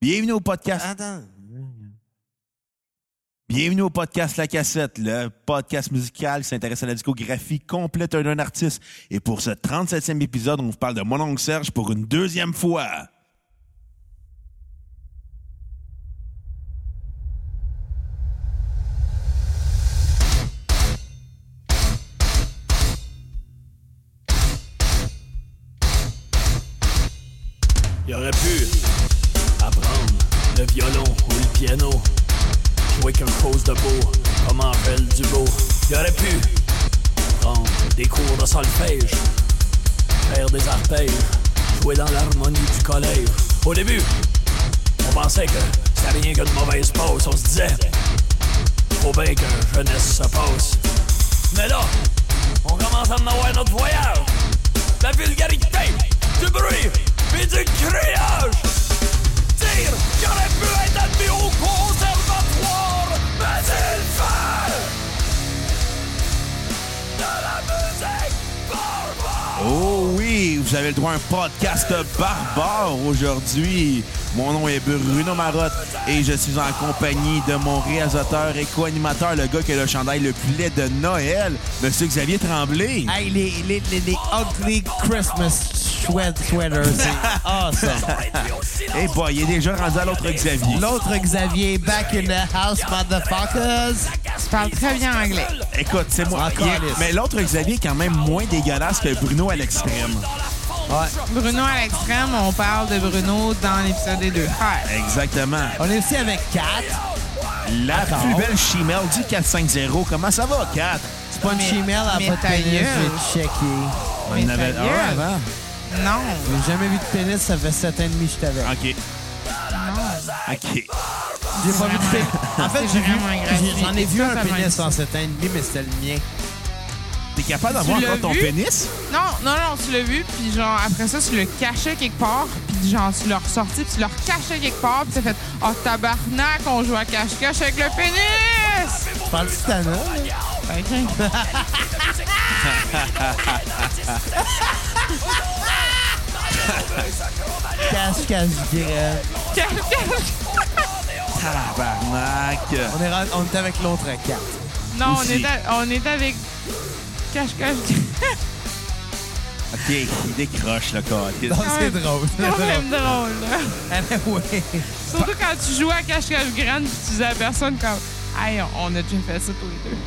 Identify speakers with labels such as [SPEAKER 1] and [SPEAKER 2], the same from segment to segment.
[SPEAKER 1] Bienvenue au podcast.
[SPEAKER 2] Attends.
[SPEAKER 1] Bienvenue au podcast La Cassette, le podcast musical qui s'intéresse à la discographie complète d'un artiste. Et pour ce 37e épisode, on vous parle de mon oncle Serge pour une deuxième fois.
[SPEAKER 3] Il aurait pu apprendre le violon ou le piano, jouer qu'un pose de beau, comme Angèle Dubois. Il aurait pu prendre des cours de solfège, faire des arpèges, jouer dans l'harmonie du collège. Au début, on pensait que c'était rien qu'une mauvaise pause, on se disait, faut bien que jeunesse se passe. Mais là, on commence à en avoir notre voyage, la vulgarité, du bruit, puis du criage dire j'aurais pu être admis au conservatoire, mais il fait de la musique barbare.
[SPEAKER 1] Oh oui, vous avez le droit à un podcast barbare aujourd'hui. Mon nom est Bruno Marotte et je suis en compagnie de mon réalisateur et co-animateur, le gars qui a le chandail le plus laid de Noël, Monsieur Xavier Tremblay.
[SPEAKER 2] Hey, les, les, les, les ugly Christmas sweat sweaters, c'est awesome.
[SPEAKER 1] Eh boy, il est déjà rendu à l'autre Xavier.
[SPEAKER 2] L'autre Xavier, back in the house, motherfuckers.
[SPEAKER 4] Je parle très bien anglais.
[SPEAKER 1] Écoute, c'est moi.
[SPEAKER 2] Encore
[SPEAKER 1] il-
[SPEAKER 2] lisse.
[SPEAKER 1] mais l'autre Xavier est quand même moins dégueulasse que Bruno à l'extrême.
[SPEAKER 4] Bruno à l'extrême, on parle de Bruno dans l'épisode des deux frères.
[SPEAKER 1] Exactement.
[SPEAKER 2] On est ici avec Kat. Ah,
[SPEAKER 1] La
[SPEAKER 2] Attends.
[SPEAKER 1] plus belle chimelle du 450. Comment ça va, 4?
[SPEAKER 2] C'est pas une
[SPEAKER 4] Mais-
[SPEAKER 2] chimelle à
[SPEAKER 4] mais
[SPEAKER 2] pas de
[SPEAKER 4] ta
[SPEAKER 2] pénis,
[SPEAKER 4] gueule.
[SPEAKER 2] j'ai checké.
[SPEAKER 1] On
[SPEAKER 4] Mais
[SPEAKER 1] en avait
[SPEAKER 4] ta
[SPEAKER 1] un
[SPEAKER 4] gueule.
[SPEAKER 1] avant.
[SPEAKER 4] Non,
[SPEAKER 2] J'ai jamais vu de pénis, ça fait 7 ans et demi que je t'avais.
[SPEAKER 1] Ah, OK.
[SPEAKER 4] non.
[SPEAKER 1] OK.
[SPEAKER 2] J'ai pas vu de pénis. En fait, j'ai vu.
[SPEAKER 4] vraiment gratuit.
[SPEAKER 2] j'ai- J'en ai vu
[SPEAKER 4] Ça,
[SPEAKER 2] un
[SPEAKER 4] ça m'a
[SPEAKER 2] pénis
[SPEAKER 4] dit
[SPEAKER 2] en 7 ans et demi, mais c'était le mien.
[SPEAKER 1] T'es capable d'avoir
[SPEAKER 4] l'as
[SPEAKER 1] encore ton
[SPEAKER 4] vu?
[SPEAKER 1] pénis?
[SPEAKER 4] Non, non, non, tu l'as vu, puis genre, après ça, tu le cachais quelque part, puis genre, tu l'as ressorti, puis tu le recachais quelque part, puis t'as fait « Oh, tabarnak, on joue à cache-cache avec le pénis!
[SPEAKER 2] Tu parles de Tana, là? »
[SPEAKER 4] Ok.
[SPEAKER 2] Cache, cache, grève.
[SPEAKER 4] Cache-cache.
[SPEAKER 1] Tabarnak.
[SPEAKER 2] On est, ren- on est avec l'autre 4.
[SPEAKER 4] Non, on
[SPEAKER 1] Ici.
[SPEAKER 4] est, à- on est avec cache-cache.
[SPEAKER 1] OK, il décroche, le calice.
[SPEAKER 2] Non, c'est drôle.
[SPEAKER 4] C'est Ah. quand même drôle, là.
[SPEAKER 2] Anyway.
[SPEAKER 4] Surtout quand tu joues à cache-cache grande puis tu dis à la personne comme Hey, on- on a déjà fait ça tous les deux.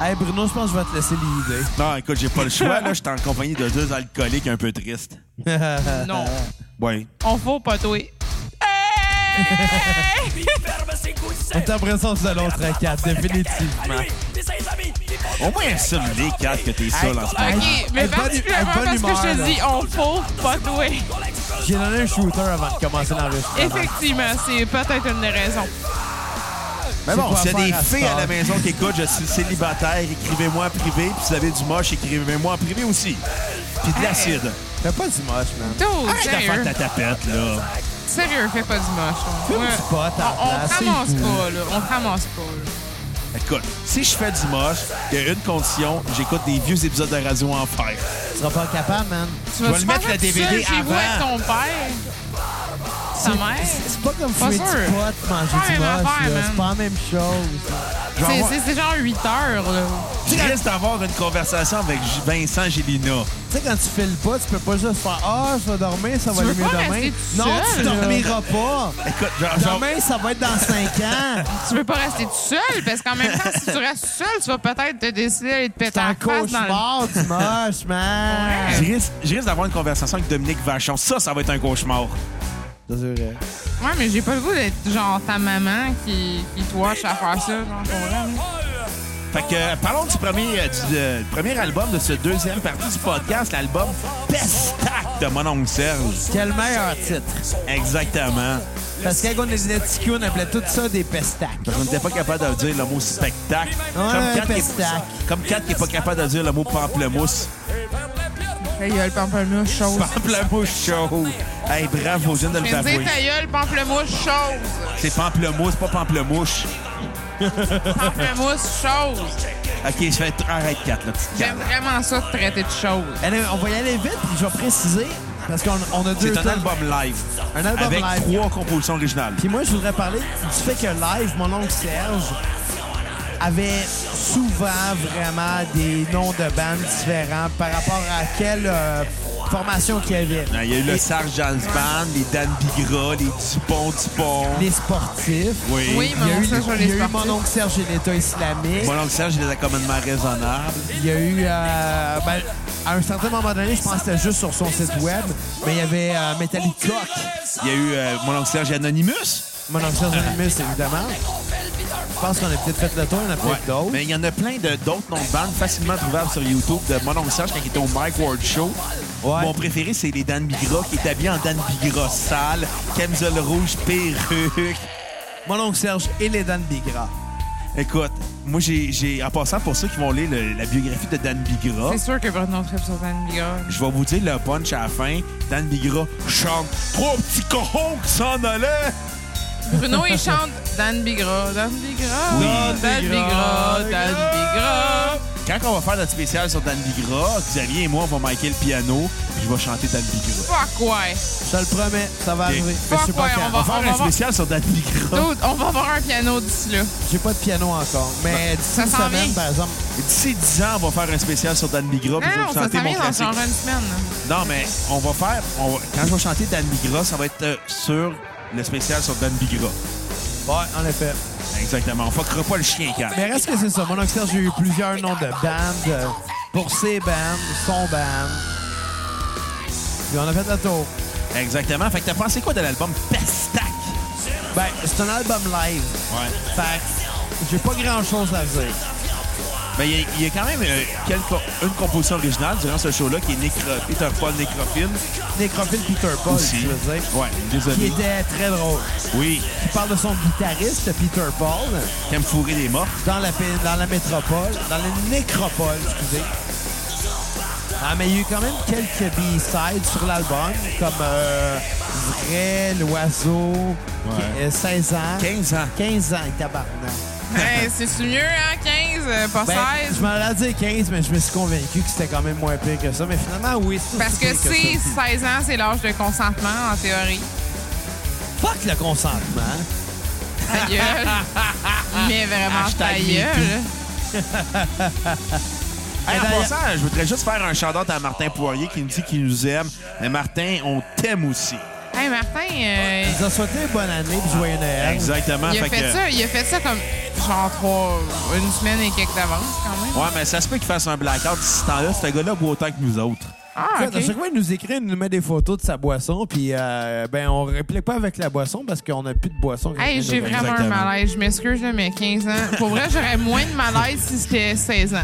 [SPEAKER 2] Hey Bruno, je pense que je vais te laisser l'idée.
[SPEAKER 1] Non, écoute, j'ai pas le choix. Là, j'étais en compagnie de deux alcooliques un peu tristes.
[SPEAKER 4] Non.
[SPEAKER 1] Ouais.
[SPEAKER 4] On faut pas toi. Hey!
[SPEAKER 3] Puis ferme ses coussins.
[SPEAKER 2] On est en présence de l'autre 4,
[SPEAKER 3] À
[SPEAKER 2] définitivement.
[SPEAKER 3] lui, puis ses amis, puis pour
[SPEAKER 1] Au moins, assume-les, 4 que t'es seul en ce moment.
[SPEAKER 4] OK, mais
[SPEAKER 2] Elle bonne- elle
[SPEAKER 4] particulièrement
[SPEAKER 2] bonne
[SPEAKER 4] parce que je
[SPEAKER 2] humeur,
[SPEAKER 4] te dis on faut pas toi.
[SPEAKER 2] J'ai donné un shooter avant de commencer l'enregistrement.
[SPEAKER 4] Effectivement, c'est peut-être une des raisons.
[SPEAKER 1] Mais Ah bon,
[SPEAKER 2] quoi
[SPEAKER 1] s'il y a des
[SPEAKER 2] faire à
[SPEAKER 1] filles à
[SPEAKER 2] cette
[SPEAKER 1] la
[SPEAKER 2] heure.
[SPEAKER 1] maison qui écoutent, je suis célibataire, écrivez-moi en privé. Puis si vous avez du moche, écrivez-moi en privé aussi. Puis de l'acide.
[SPEAKER 2] T'as pas du moche, man.
[SPEAKER 4] Dude,
[SPEAKER 1] Arrête de faire
[SPEAKER 4] sérieux.
[SPEAKER 1] ta tapette, là.
[SPEAKER 4] Sérieux, fais pas du moche.
[SPEAKER 2] Fais
[SPEAKER 4] On,
[SPEAKER 2] du pot à la
[SPEAKER 4] on, on
[SPEAKER 2] place,
[SPEAKER 4] te
[SPEAKER 2] c'est
[SPEAKER 4] ramasse
[SPEAKER 2] tout.
[SPEAKER 4] pas, là. On te ramasse pas, là.
[SPEAKER 1] Écoute, si je fais du moche, il y a une condition, j'écoute des vieux épisodes de radio en fer.
[SPEAKER 2] Tu seras pas capable, man.
[SPEAKER 4] Tu
[SPEAKER 1] vais
[SPEAKER 4] vas
[SPEAKER 1] le mettre le DVD
[SPEAKER 4] chez vous avec
[SPEAKER 1] avant.
[SPEAKER 4] ton père, sa mère.
[SPEAKER 2] C'est c'est pas comme
[SPEAKER 4] Pas
[SPEAKER 2] fumer du
[SPEAKER 4] sûr.
[SPEAKER 2] pot, manger
[SPEAKER 4] Pas
[SPEAKER 2] du
[SPEAKER 4] la même
[SPEAKER 2] moche,
[SPEAKER 4] affaire,
[SPEAKER 2] là.
[SPEAKER 4] man.
[SPEAKER 2] C'est pas la même chose.
[SPEAKER 1] Je vais
[SPEAKER 4] C'est-
[SPEAKER 1] avoir-
[SPEAKER 4] C'est c'est genre 8 heures, là.
[SPEAKER 1] Tu risques d'avoir une conversation avec Vincent Gélina.
[SPEAKER 2] Tu sais, quand tu files pas, tu peux pas juste faire Ah, je vais dormir, ça va
[SPEAKER 4] veux
[SPEAKER 2] aller mieux
[SPEAKER 4] pas
[SPEAKER 2] demain.
[SPEAKER 4] rester tout
[SPEAKER 2] Non, tu
[SPEAKER 4] seul, là.
[SPEAKER 2] dormiras pas.
[SPEAKER 1] Écoute, genre, genre-
[SPEAKER 2] Demain, ça va être dans 5 ans.
[SPEAKER 4] tu veux pas rester tout seul parce qu'en même temps, si tu restes tout seul, tu vas peut-être te décider de te péter
[SPEAKER 2] T'es
[SPEAKER 4] en
[SPEAKER 2] un
[SPEAKER 4] face dans le...
[SPEAKER 2] cauchemar du moche, man.
[SPEAKER 1] je risque, je risque d'avoir une conversation avec Dominique Vachon. Ça, ça va être un cauchemar.
[SPEAKER 2] Ça, c'est vrai.
[SPEAKER 4] Ouais, mais j'ai pas le goût d'être genre ta maman qui, qui te watch à faire ça. Genre, pour vrai, hein.
[SPEAKER 1] Fait que euh, parlons du premier, euh, du, euh, premier album de ce deuxième partie du podcast, l'album Pestac de mon oncle Serge.
[SPEAKER 2] Quel meilleur titre.
[SPEAKER 1] Exactement.
[SPEAKER 2] Parce que quand on était petits, on appelait tout ça des pestacs.
[SPEAKER 1] Parce qu'on n'était pas capable de dire le mot spectacle.
[SPEAKER 2] un
[SPEAKER 1] Kat qui est-
[SPEAKER 2] pestac.
[SPEAKER 1] comme Kat qui n'est pas capable de dire le mot pamplemousse.
[SPEAKER 4] Ta gueule, pamplemousse chose.
[SPEAKER 1] Bah, Pamplemousse chaud. Hey, bravo, je viens de
[SPEAKER 4] Je
[SPEAKER 1] le
[SPEAKER 4] viens de
[SPEAKER 1] avouer.
[SPEAKER 4] dire ta gueule, pamplemousse chose.
[SPEAKER 1] C'est pamplemousse, pas pamplemouche.
[SPEAKER 4] Pamplemousse chose.
[SPEAKER 1] OK, je vais être... Arrête, Kat, là, petite Kat.
[SPEAKER 4] J'aime vraiment ça de traiter de chose.
[SPEAKER 2] Allez, on va y aller vite, puis je vais préciser. Parce qu'on on a deux
[SPEAKER 1] C'est un
[SPEAKER 2] tonnes.
[SPEAKER 1] album live.
[SPEAKER 2] Un album
[SPEAKER 1] avec
[SPEAKER 2] live.
[SPEAKER 1] trois compositions originales.
[SPEAKER 2] Puis moi, je voudrais parler du fait que live, mon oncle Serge avait souvent vraiment des noms de bandes différents par rapport à quelle euh, formation qu'il y avait.
[SPEAKER 1] Il y a eu le
[SPEAKER 2] Et
[SPEAKER 1] Sarge Jans Band, les Dan Bigra, les Dupont Dupont.
[SPEAKER 2] les sportifs.
[SPEAKER 1] Oui.
[SPEAKER 4] Oui,
[SPEAKER 2] Il y a
[SPEAKER 4] mais
[SPEAKER 2] eu,
[SPEAKER 4] on sait sur
[SPEAKER 2] il y
[SPEAKER 4] les
[SPEAKER 2] a eu
[SPEAKER 4] sportifs.
[SPEAKER 2] mon oncle Serge et l'État islamique.
[SPEAKER 1] Mon oncle Serge, il les a commandements raisonnables.
[SPEAKER 2] Il y a eu, euh, ben, à un certain moment donné, je pense que c'était juste sur son site web, mais il y avait euh, Metallica,
[SPEAKER 1] Il y a eu euh, Mon oncle Serge et Anonymous.
[SPEAKER 2] mon oncle Serge Anonymous, évidemment. Je pense qu'on a peut-être fait le tour, on a peut-être d'autres.
[SPEAKER 1] Mais il y en a plein de- d'autres noms de bandes facilement trouvables sur YouTube de Mon oncle Serge quand il était au Mike Ward Show.
[SPEAKER 2] Ouais.
[SPEAKER 1] Mon préféré, c'est les Dan Bigra, qui est habillé en Dan Bigra sale, camisole rouge, perruque.
[SPEAKER 2] Mon oncle Serge et les Dan Bigra.
[SPEAKER 1] Écoute, moi, j'ai, j'ai- en passant, pour ceux qui vont lire le- la biographie de Dan Bigra,
[SPEAKER 4] C'est sûr que Bruno Trip sur Dan Bigra.
[SPEAKER 1] je vais vous dire le punch à la fin. Dan Bigra chante « Trois petits cochons qui s'en allaient!
[SPEAKER 4] Bruno, il chante Dan Bigra, Dan Bigra,
[SPEAKER 1] Oui.
[SPEAKER 4] Dan Bigra, Dan Bigra. »
[SPEAKER 1] Quand on va faire notre spécial sur Dan Bigra, Xavier et moi, on va manquer le piano, puis je vais chanter Dan Bigra.
[SPEAKER 4] Fuck ouais.
[SPEAKER 2] Je te le promets, ça va
[SPEAKER 1] Ok.
[SPEAKER 2] arriver. Mais je sais
[SPEAKER 4] Fuck
[SPEAKER 2] pas
[SPEAKER 4] ouais,
[SPEAKER 2] quand.
[SPEAKER 4] on va-
[SPEAKER 1] On va faire un
[SPEAKER 4] voir.
[SPEAKER 1] spécial sur Dan Bigra.
[SPEAKER 4] Dude, on va avoir un piano d'ici là.
[SPEAKER 2] J'ai pas de piano encore, mais d'ici
[SPEAKER 4] ça
[SPEAKER 2] une
[SPEAKER 4] s'en
[SPEAKER 2] semaine,
[SPEAKER 4] vient.
[SPEAKER 2] par exemple.
[SPEAKER 1] D'ici 10 ans, on va faire un spécial sur Dan Bigra, puis je vais
[SPEAKER 4] Non,
[SPEAKER 1] vous
[SPEAKER 4] non, ça
[SPEAKER 1] chanter
[SPEAKER 4] Ah, s'en
[SPEAKER 1] mon
[SPEAKER 4] vient dans
[SPEAKER 1] classique.
[SPEAKER 4] genre une semaine.
[SPEAKER 1] Non, mais on va faire... on va- quand je vais chanter Dan Bigra, ça va être euh, sur le spécial sur Dan Bigra.
[SPEAKER 2] Ouais, en effet.
[SPEAKER 1] Exactement. On fuckera pas le chien, quand
[SPEAKER 2] Mais reste que c'est ça. Mon oncle Serge, j'ai eu plusieurs noms de bandes euh, pour ses bandes, son band. Puis on a fait le tour.
[SPEAKER 1] Exactement. Fait que t'as pensé quoi de l'album Pestac?
[SPEAKER 2] Ben, c'est un album live.
[SPEAKER 1] Ouais.
[SPEAKER 2] Fait que j'ai pas grand chose à dire.
[SPEAKER 1] Ben, il y, a- il y a quand même euh, quelques- une composition originale durant ce show-là qui est Nécro- Peter Paul Nécrophile.
[SPEAKER 2] Nécrophile Peter Paul,
[SPEAKER 1] aussi.
[SPEAKER 2] je veux dire.
[SPEAKER 1] Ouais,
[SPEAKER 2] Qui
[SPEAKER 1] désolé.
[SPEAKER 2] était très drôle.
[SPEAKER 1] Oui,
[SPEAKER 2] Qui parle de son guitariste, Peter Paul,
[SPEAKER 1] qui aime fourrer les morts.
[SPEAKER 2] dans la, pé- dans la métropole, dans la nécropole, excusez. Ah, mais il y a eu quand même quelques B-sides sur l'album, comme euh, Vrai, L'Oiseau, qui- euh, 16 ans.
[SPEAKER 1] 15 ans.
[SPEAKER 2] 15 ans, tabarnak.
[SPEAKER 4] Hey, c'est mieux, hein, 15, euh, pas
[SPEAKER 2] Ben,
[SPEAKER 4] 16.
[SPEAKER 2] je m'en allais dire 15, mais je me suis convaincu que c'était quand même moins pire que ça. Mais finalement, oui, c'est
[SPEAKER 4] Parce
[SPEAKER 2] aussi
[SPEAKER 4] que
[SPEAKER 2] pire
[SPEAKER 4] si
[SPEAKER 2] ça.
[SPEAKER 4] 16 ans, c'est l'âge de consentement, en théorie.
[SPEAKER 2] Fuck le consentement.
[SPEAKER 4] Ta gueule. Mais vraiment, ta
[SPEAKER 2] Hashtag
[SPEAKER 4] gueule.
[SPEAKER 1] Hey, en
[SPEAKER 2] d'ailleurs-
[SPEAKER 1] passant, je voudrais juste faire un shout-out à Martin Poirier qui nous dit qu'il nous aime. Mais Martin, on t'aime aussi.
[SPEAKER 4] Hey, Martin, euh,
[SPEAKER 2] Ils ont souhaité bonne année et joyeux Noël.
[SPEAKER 1] Exactement.
[SPEAKER 4] il a fait
[SPEAKER 1] que-
[SPEAKER 4] ça, il a fait ça comme genre trois, une semaine et quelques d'avance, quand même.
[SPEAKER 1] Ouais, mais ça se peut qu'il fasse un blackout d'ici ce temps-là. Ce gars-là boit autant que nous autres.
[SPEAKER 4] Ah,
[SPEAKER 2] Ouais, À
[SPEAKER 4] OK.
[SPEAKER 2] chaque fois, il nous écrit, il nous met des photos de sa boisson, puis euh, ben, on réplique pas avec la boisson parce qu'on a plus de boisson. quand
[SPEAKER 4] Hey,
[SPEAKER 2] il
[SPEAKER 4] j'ai
[SPEAKER 2] nous-
[SPEAKER 4] vraiment un
[SPEAKER 1] Exactement.
[SPEAKER 4] malaise. Je m'excuse, là, mais 15 ans. Pour vrai, j'aurais moins de malaise si c'était 16 ans.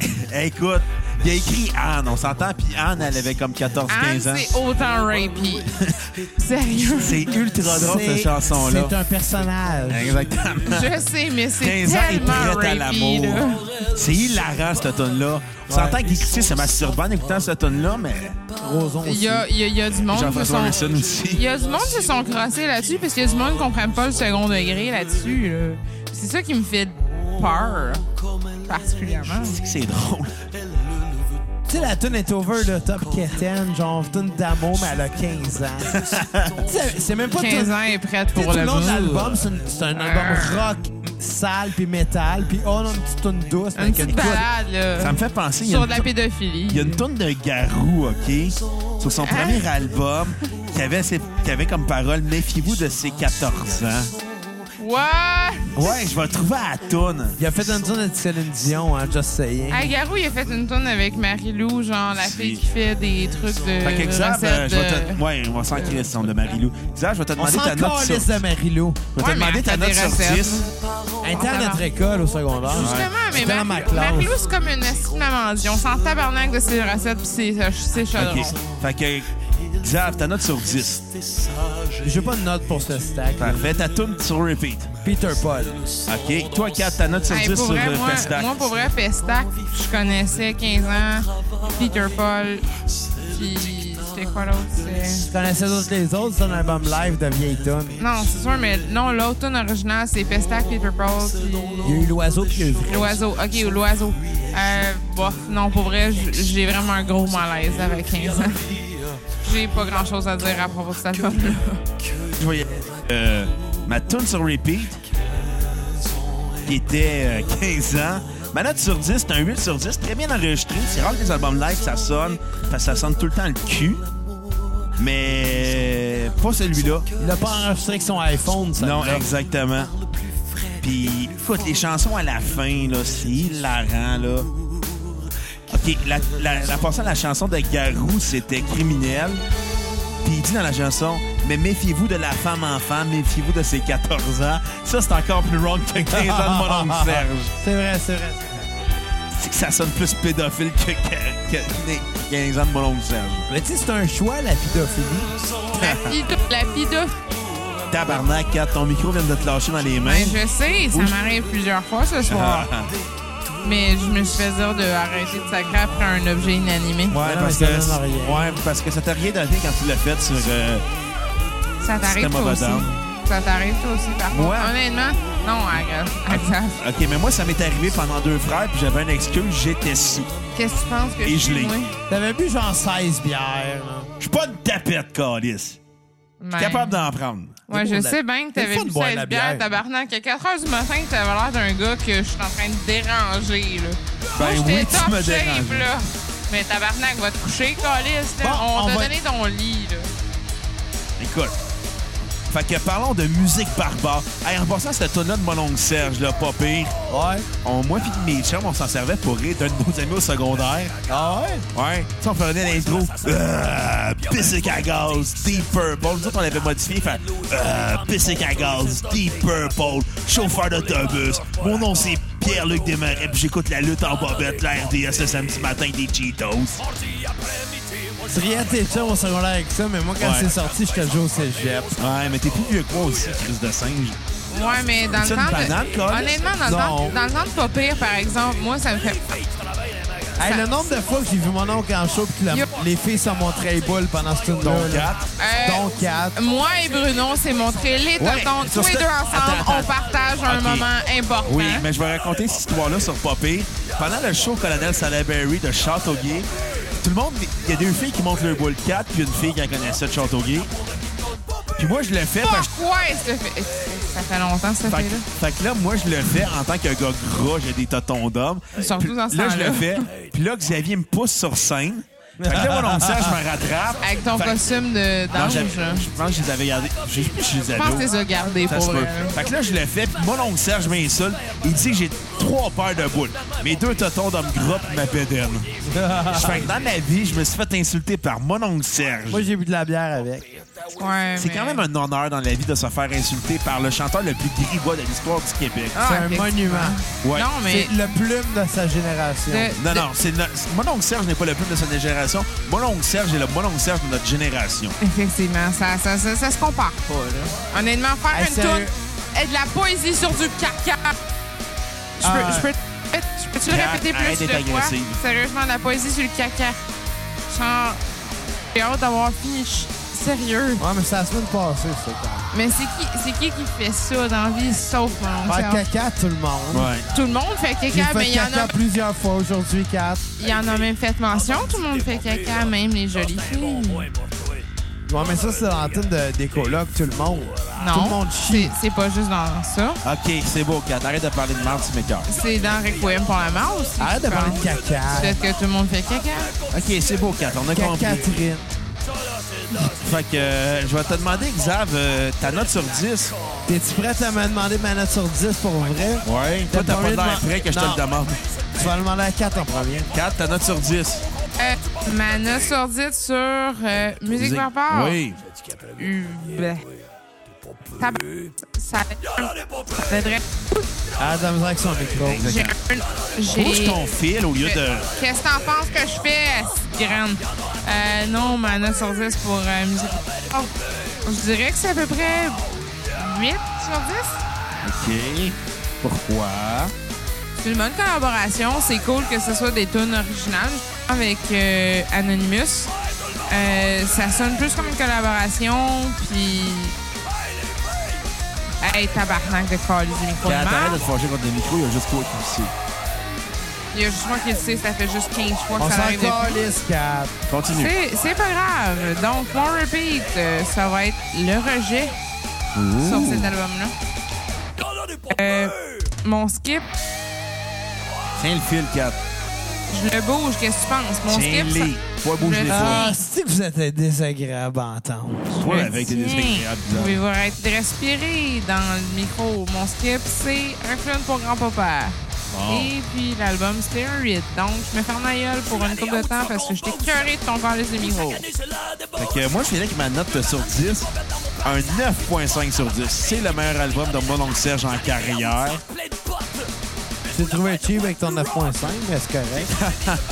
[SPEAKER 1] Hey, Eh, écoute, il a écrit Anne, on s'entend, puis Anne, elle avait comme 14-15
[SPEAKER 4] Anne,
[SPEAKER 1] Ah, ans.
[SPEAKER 4] c'est autant rapey. Sérieux.
[SPEAKER 1] C'est ultra drôle, cette
[SPEAKER 2] C'est-
[SPEAKER 1] chanson-là.
[SPEAKER 2] C'est un personnage.
[SPEAKER 1] Exactement.
[SPEAKER 4] Je sais, mais c'est
[SPEAKER 1] 15 ans, il
[SPEAKER 4] tellement
[SPEAKER 1] prête à
[SPEAKER 4] rapey,
[SPEAKER 1] l'amour.
[SPEAKER 4] là.
[SPEAKER 1] C'est hilarant, cette tonne-là. On s'entend que l'écouter, c'est masturbant en écoutant cette tonne-là, mais
[SPEAKER 2] Roson
[SPEAKER 4] Il
[SPEAKER 2] aussi.
[SPEAKER 4] y a, il y a- il y a du monde qui
[SPEAKER 1] Jean-François
[SPEAKER 4] sont...
[SPEAKER 1] Wilson
[SPEAKER 4] Il y
[SPEAKER 1] aussi.
[SPEAKER 4] a du monde qui se sont crossés là-dessus parce qu'il y a du monde qui comprennent pas le second degré là-dessus. là. C'est ça qui me fait peur, particulièrement.
[SPEAKER 1] C'est drôle.
[SPEAKER 2] Tu sais, la tune est over the top Keten, genre tune d'amour, mais elle a 15 ans. Tu sais, c'est même pas
[SPEAKER 4] 15
[SPEAKER 2] tout-
[SPEAKER 4] ans est prête
[SPEAKER 2] tu sais,
[SPEAKER 4] pour
[SPEAKER 2] tout
[SPEAKER 4] le
[SPEAKER 2] le long de
[SPEAKER 4] bout.
[SPEAKER 2] l'album, c'est une- c'est un album rock, sale, puis métal, puis oh, non, une petite tune douce. mais
[SPEAKER 4] Une
[SPEAKER 2] que-
[SPEAKER 4] petite balade, là.
[SPEAKER 1] Ça me fait penser, il y a
[SPEAKER 4] Sur
[SPEAKER 1] une
[SPEAKER 4] de la
[SPEAKER 1] tou-
[SPEAKER 4] pédophilie.
[SPEAKER 1] il y a une tonne de Garou, OK, sur son premier
[SPEAKER 4] Hein?
[SPEAKER 1] album, qui avait, ses- qui avait comme parole « Méfiez-vous de ses 14 ans
[SPEAKER 4] What? ».
[SPEAKER 1] Ouais, je vais trouver à la toune.
[SPEAKER 2] Il a fait une tune de Céline Dion, hein, just saying.
[SPEAKER 4] Ah, Garou, il a fait une tourne avec Marie-Lou, genre la
[SPEAKER 1] Si.
[SPEAKER 4] fille qui fait des trucs de.
[SPEAKER 1] Fait que Xav, euh,
[SPEAKER 4] recettes
[SPEAKER 1] je vais
[SPEAKER 4] de-
[SPEAKER 1] te... Ouais, on va s'en créer son de Marie-Lou. Xav, je vais te
[SPEAKER 2] On
[SPEAKER 1] demander
[SPEAKER 2] s'en
[SPEAKER 1] ta note sur...
[SPEAKER 2] calisse de Marilou.
[SPEAKER 1] Je vais
[SPEAKER 4] Ouais,
[SPEAKER 1] te
[SPEAKER 4] mais
[SPEAKER 1] demander
[SPEAKER 4] elle
[SPEAKER 1] ta
[SPEAKER 4] fait
[SPEAKER 1] note
[SPEAKER 4] des
[SPEAKER 1] sur
[SPEAKER 4] recettes.
[SPEAKER 1] 10.
[SPEAKER 2] Interne à notre école au secondaire.
[SPEAKER 4] Justement, mais
[SPEAKER 2] J'étais dans ma
[SPEAKER 4] Marie-
[SPEAKER 2] classe.
[SPEAKER 4] Marie-Lou, c'est comme une estime maman. On s'en tabarnak de ses recettes pis ses, euh, ses chaudrons.
[SPEAKER 1] OK. Fait que, Xav, ta note sur 10.
[SPEAKER 2] J'ai pas de note pour ce stack. là.
[SPEAKER 1] Parfait. Ta toune sur repeat.
[SPEAKER 2] Peter Paul.
[SPEAKER 1] OK. Toi, Kat, ta note sur
[SPEAKER 4] Hey,
[SPEAKER 1] 10
[SPEAKER 4] pour
[SPEAKER 1] sur
[SPEAKER 4] vrai,
[SPEAKER 1] le
[SPEAKER 4] moi,
[SPEAKER 1] Festac.
[SPEAKER 4] moi, pour vrai, Festac, je connaissais 15 ans, Peter Paul, puis c'était quoi l'autre? C'est-
[SPEAKER 2] Tu connaissais tous les autres, c'est un album live de vieille tonne.
[SPEAKER 4] Non, c'est sûr, mais non, l'automne original, c'est Festac, Peter Paul,
[SPEAKER 2] Il y a
[SPEAKER 4] puis
[SPEAKER 2] eu l'oiseau puis il y a eu Vrai.
[SPEAKER 4] l'oiseau. OK, l'oiseau. Euh, bof, non, pour vrai, j- j'ai vraiment un gros malaise avec 15 ans. J'ai pas grand chose à dire à propos de cet album-là.
[SPEAKER 1] Je voyais euh, ma tune sur repeat, qui était euh, 15 ans. Ma note sur 10, c'est un 8 sur 10, très bien enregistré. C'est rare que les albums live, ça sonne, parce que ça sonne tout le temps le cul. Mais pas celui-là.
[SPEAKER 2] Il a pas enregistré avec son iPhone, ça.
[SPEAKER 1] Non,
[SPEAKER 2] là.
[SPEAKER 1] exactement. Puis, écoute, les chansons à la fin, là, c'est hilarant, là. OK, la, la, la portion de la chanson de Garou, c'était criminel. Puis il dit dans la chanson, mais méfiez-vous de la femme enfant, méfiez-vous de ses 14 ans. Ça, c'est encore plus wrong que 15 ans de mon oncle Serge.
[SPEAKER 2] C'est vrai, c'est vrai. c'est vrai.
[SPEAKER 1] C'est que ça sonne plus pédophile que, que, que 15 ans de mon oncle Serge.
[SPEAKER 2] Mais tu sais, c'est un choix, la pédophilie.
[SPEAKER 4] La pido... La pido...
[SPEAKER 1] Tabarnak, Kat, ton micro vient de te lâcher dans les mains. Ah.
[SPEAKER 4] Ben, je sais, ça m'arrive plusieurs fois ce soir. Mais je me suis fait dire de arrêter de sacrer après un objet inanimé.
[SPEAKER 1] Ouais,
[SPEAKER 2] non,
[SPEAKER 1] parce
[SPEAKER 2] mais
[SPEAKER 1] que,
[SPEAKER 2] ça donne rien.
[SPEAKER 1] ouais, parce que ça t'a rien donné quand tu l'as fait sur. euh,
[SPEAKER 4] Ça t'arrive
[SPEAKER 1] Système
[SPEAKER 4] toi aussi.
[SPEAKER 1] Overdome.
[SPEAKER 4] Ça t'arrive toi aussi, par contre.
[SPEAKER 1] Moi?
[SPEAKER 4] Honnêtement, non, regarde.
[SPEAKER 1] OK, mais moi, ça m'est arrivé pendant deux frères, puis j'avais une excuse, j'étais sous.
[SPEAKER 4] Qu'est-ce que tu penses que
[SPEAKER 1] Et
[SPEAKER 4] je
[SPEAKER 1] je l'ai.
[SPEAKER 4] suis? moi?
[SPEAKER 2] T'avais bu genre 16 bières, là.
[SPEAKER 1] Je suis pas une tapette, Calis.
[SPEAKER 4] Ben,
[SPEAKER 1] Capable d'en prendre.
[SPEAKER 4] Ouais,
[SPEAKER 2] C'est
[SPEAKER 4] je
[SPEAKER 2] pour la-
[SPEAKER 4] sais bien que
[SPEAKER 2] C'est le
[SPEAKER 4] t'avais
[SPEAKER 2] fun de
[SPEAKER 4] bu
[SPEAKER 2] boire de
[SPEAKER 4] 16
[SPEAKER 2] la
[SPEAKER 4] bières,
[SPEAKER 2] bière.
[SPEAKER 4] tabarnak. À 4 heures du matin, que t'avais l'air d'un gars que je suis en train de déranger, là.
[SPEAKER 1] Ben
[SPEAKER 4] Moi, j'étais
[SPEAKER 1] oui, tu
[SPEAKER 4] top
[SPEAKER 1] me
[SPEAKER 4] shape,
[SPEAKER 1] déranges.
[SPEAKER 4] là. Mais tabarnak, va te coucher, Calis. là.
[SPEAKER 2] Bon,
[SPEAKER 4] on
[SPEAKER 2] on
[SPEAKER 4] t'a
[SPEAKER 2] va-
[SPEAKER 4] donné ton lit, là.
[SPEAKER 1] Écoute. Fait que parlons de musique barbare. Hey, en passant, cette tonne là de mon oncle Serge, là, pas pire.
[SPEAKER 2] Ouais.
[SPEAKER 1] On, moi pis mes chums, on s'en servait pour rire d'un de nos amis au secondaire.
[SPEAKER 2] Ah ouais?
[SPEAKER 1] Ouais. Tu sais, on faisait l'intro. Euh, Pissec à gaz, Deep Purple. Nous autres, on l'avait modifié. Fait euh, Pissec à gaz, Deep Purple, chauffeur d'autobus. Mon nom, c'est Pierre-Luc Desmarais. Puis j'écoute la lutte en bobette, la RDS le samedi matin avec des Cheetos.
[SPEAKER 2] Tu riais à tes chums au secondaire avec ça, mais moi, quand
[SPEAKER 1] Ouais.
[SPEAKER 2] c'est sorti, j'étais déjà au cégep.
[SPEAKER 1] Ouais, mais t'es plus vieux que moi aussi, Chris de singe.
[SPEAKER 4] Ouais, mais dans le
[SPEAKER 1] C'est une
[SPEAKER 4] temps. de-
[SPEAKER 1] banane, Calis?
[SPEAKER 4] Honnêtement, dans le
[SPEAKER 2] Non.
[SPEAKER 4] temps, dans le temps de pas pire, par exemple, moi, ça me fait.
[SPEAKER 2] Hey, le nombre de fois que j'ai vu mon oncle en show, puis que la-
[SPEAKER 4] Yo.
[SPEAKER 2] les filles se montraient les boules pendant ce tour-là.
[SPEAKER 1] Donc,
[SPEAKER 2] là.
[SPEAKER 1] quatre.
[SPEAKER 4] Euh,
[SPEAKER 2] Donc 4.
[SPEAKER 4] Moi et Bruno, on s'est montré
[SPEAKER 1] Ouais,
[SPEAKER 4] les tontons
[SPEAKER 1] sur
[SPEAKER 4] tous les
[SPEAKER 1] ce-
[SPEAKER 4] deux ensemble.
[SPEAKER 1] Attends,
[SPEAKER 4] On
[SPEAKER 1] attends.
[SPEAKER 4] partage un
[SPEAKER 1] Ok.
[SPEAKER 4] moment important.
[SPEAKER 1] Oui, mais je vais raconter cette histoire-là sur Poppy. Pendant le show Colonel Salaberry de Châteauguay, tout le monde, il y a deux filles qui montent leur boule 4, puis une fille qui en connaissait de Châteauguay. Puis moi, je le fais parce que
[SPEAKER 4] Pourquoi est-ce que ça fait longtemps ça
[SPEAKER 1] Fait
[SPEAKER 4] fait là
[SPEAKER 1] que, fait que là, moi, je le fais en tant que gars gras, j'ai des totons d'homme.
[SPEAKER 4] Surtout
[SPEAKER 1] Puis
[SPEAKER 4] dans ce
[SPEAKER 1] Là, je le
[SPEAKER 4] temps-là.
[SPEAKER 1] fais. Puis là, Xavier me pousse sur scène. Fait que là, mon oncle Serge me rattrape.
[SPEAKER 4] Avec ton
[SPEAKER 1] Fait que-
[SPEAKER 4] costume de
[SPEAKER 1] Non,
[SPEAKER 4] d'ange.
[SPEAKER 1] j'avais-
[SPEAKER 4] là.
[SPEAKER 1] je pense que je les avais gardés. Je sais plus si je les
[SPEAKER 4] Je
[SPEAKER 1] avais.
[SPEAKER 4] pense
[SPEAKER 1] ou-
[SPEAKER 4] que c'est ça gardé
[SPEAKER 1] Ça se
[SPEAKER 4] pour
[SPEAKER 1] peut.
[SPEAKER 4] vrai. hein.
[SPEAKER 1] Fait que là, je le fais. Puis mon oncle Serge m'insulte. Il dit que j'ai trois paires de boules. Mes deux totons d'homme gras puis ma pédale. fait que dans ma vie, je me suis fait insulter par mon oncle Serge.
[SPEAKER 2] Moi, j'ai bu de la bière avec.
[SPEAKER 4] Ouais,
[SPEAKER 1] C'est
[SPEAKER 4] mais-
[SPEAKER 1] quand même un honneur dans la vie de se faire insulter par le chanteur le plus grivois de l'histoire du Québec.
[SPEAKER 4] Ah,
[SPEAKER 2] C'est un
[SPEAKER 4] effectivement.
[SPEAKER 2] monument.
[SPEAKER 1] Ouais.
[SPEAKER 4] Non, mais
[SPEAKER 2] C'est le plume de sa génération.
[SPEAKER 4] de-
[SPEAKER 1] Non,
[SPEAKER 4] de-
[SPEAKER 1] non, c'est no- mon oncle Serge n'est pas le plus de sa génération. Mon oncle Serge est le mon oncle Serge de notre génération.
[SPEAKER 4] Effectivement, ça, ça, ça, ça se compare pas. là. Honnêtement, faire
[SPEAKER 2] Hey,
[SPEAKER 4] une
[SPEAKER 2] sérieux?
[SPEAKER 4] toune et de la poésie sur du caca. Je
[SPEAKER 2] Ah,
[SPEAKER 4] peux, je peux, je peux-tu le
[SPEAKER 1] Kat,
[SPEAKER 4] répéter
[SPEAKER 1] arrête
[SPEAKER 4] plus
[SPEAKER 1] d'être
[SPEAKER 4] de fois?
[SPEAKER 1] agressive.
[SPEAKER 4] Sérieusement, de la poésie sur le caca. Genre, j'ai hâte d'avoir fini. ch- Sérieux.
[SPEAKER 2] Ouais, mais c'est la semaine passée, ça, quand
[SPEAKER 4] Mais c'est qui, c'est qui qui fait ça dans la vie, sauf mon
[SPEAKER 2] même.
[SPEAKER 4] oncle
[SPEAKER 2] Faire
[SPEAKER 4] Serge?
[SPEAKER 2] caca, tout le monde.
[SPEAKER 1] Ouais.
[SPEAKER 4] Tout le monde fait
[SPEAKER 2] J'ai
[SPEAKER 4] caca, mais
[SPEAKER 2] fait
[SPEAKER 4] il y, en
[SPEAKER 2] caca
[SPEAKER 4] a,
[SPEAKER 2] plusieurs fois aujourd'hui, 4.
[SPEAKER 4] il y en a même fait mention. Tout le monde fait caca, même les jolies filles.
[SPEAKER 2] Ouais, mais ça, c'est l'antenne de, des colocs, tout le monde. Tout le
[SPEAKER 4] Non,
[SPEAKER 2] monde
[SPEAKER 4] c'est
[SPEAKER 2] chie.
[SPEAKER 4] c'est pas juste dans ça.
[SPEAKER 1] OK, c'est beau, Kat. Arrête de parler de merde, tu m'écœures.
[SPEAKER 4] C'est dans Requiem pour la mort aussi.
[SPEAKER 2] Arrête
[SPEAKER 4] je
[SPEAKER 2] de parler de
[SPEAKER 4] pense.
[SPEAKER 2] caca.
[SPEAKER 4] Peut-être que tout le monde fait caca.
[SPEAKER 1] OK, c'est beau, Kat. On a
[SPEAKER 2] Caca,
[SPEAKER 1] compris.
[SPEAKER 2] Catherine.
[SPEAKER 1] Fait que euh, je vais te demander, Xav, euh, ta note sur 10.
[SPEAKER 2] T'es-tu prête à me demander ma note sur 10 pour vrai?
[SPEAKER 1] Ouais. Toi, t'as pas l'air prêt que je te
[SPEAKER 2] Non.
[SPEAKER 1] le demande.
[SPEAKER 2] Tu vas le demander à 4 en premier.
[SPEAKER 1] Kat, ta note sur 10.
[SPEAKER 4] Euh, ma note sur 10 sur euh, musique par part.
[SPEAKER 1] Oui.
[SPEAKER 4] Euh, ben, tabac, Ça ça donnerait-
[SPEAKER 2] Arrête de la misère avec son micro.
[SPEAKER 4] J'ai un.
[SPEAKER 1] Bouge
[SPEAKER 4] J'ai.
[SPEAKER 1] ton fil au lieu de...
[SPEAKER 2] euh,
[SPEAKER 4] Qu'est-ce que t'en penses que je fais, si grande? Euh, non, ma note sur 10 pour euh, musique par part. Je dirais que c'est à peu près 8 sur 10.
[SPEAKER 1] OK. Pourquoi?
[SPEAKER 4] C'est une bonne collaboration. C'est cool que ce soit des tunes originales avec euh, Anonymous. Euh, ça sonne plus comme une collaboration, puis... Hey, tabarnak de colis
[SPEAKER 1] Kat, arrête de te fâcher contre le micro, il y a juste toi qui le sais.
[SPEAKER 4] Il y a juste moi qui le sais, ça fait juste 15 fois que
[SPEAKER 2] On
[SPEAKER 4] ça
[SPEAKER 2] s'en
[SPEAKER 4] arrive. depuis.
[SPEAKER 2] calisse, Cap.
[SPEAKER 1] Continue.
[SPEAKER 4] C'est- C'est pas grave. Donc, mon repeat, euh, ça va être le rejet sur cet album-là. Euh, mon skip,
[SPEAKER 1] Tiens le fil, Kat.
[SPEAKER 4] je le bouge, qu'est-ce que tu penses? Mon
[SPEAKER 1] Tiens
[SPEAKER 4] skip, ça-
[SPEAKER 1] les. Toi, bouge
[SPEAKER 4] Je-
[SPEAKER 1] les
[SPEAKER 4] Ah,
[SPEAKER 1] fois.
[SPEAKER 2] Ah, si vous êtes désagréable à entendre.
[SPEAKER 1] Toi, avec tes
[SPEAKER 4] Tiens,
[SPEAKER 1] désagréables.
[SPEAKER 4] Vous pouvez vous être respiré dans le micro. Mon skip, c'est un film pour grand-papa.
[SPEAKER 1] Bon.
[SPEAKER 4] Et puis l'album, c'était un 8. Donc, je me ferme la gueule pour une couple de temps parce que j'étais curé de ton calice de micro.
[SPEAKER 1] Fait que moi, je dirais que ma note sur 10, un 9.5 sur 10. C'est le meilleur album de mon oncle Serge en carrière.
[SPEAKER 2] Tu t'es trouvé cheap avec ton 9.5, mais c'est correct.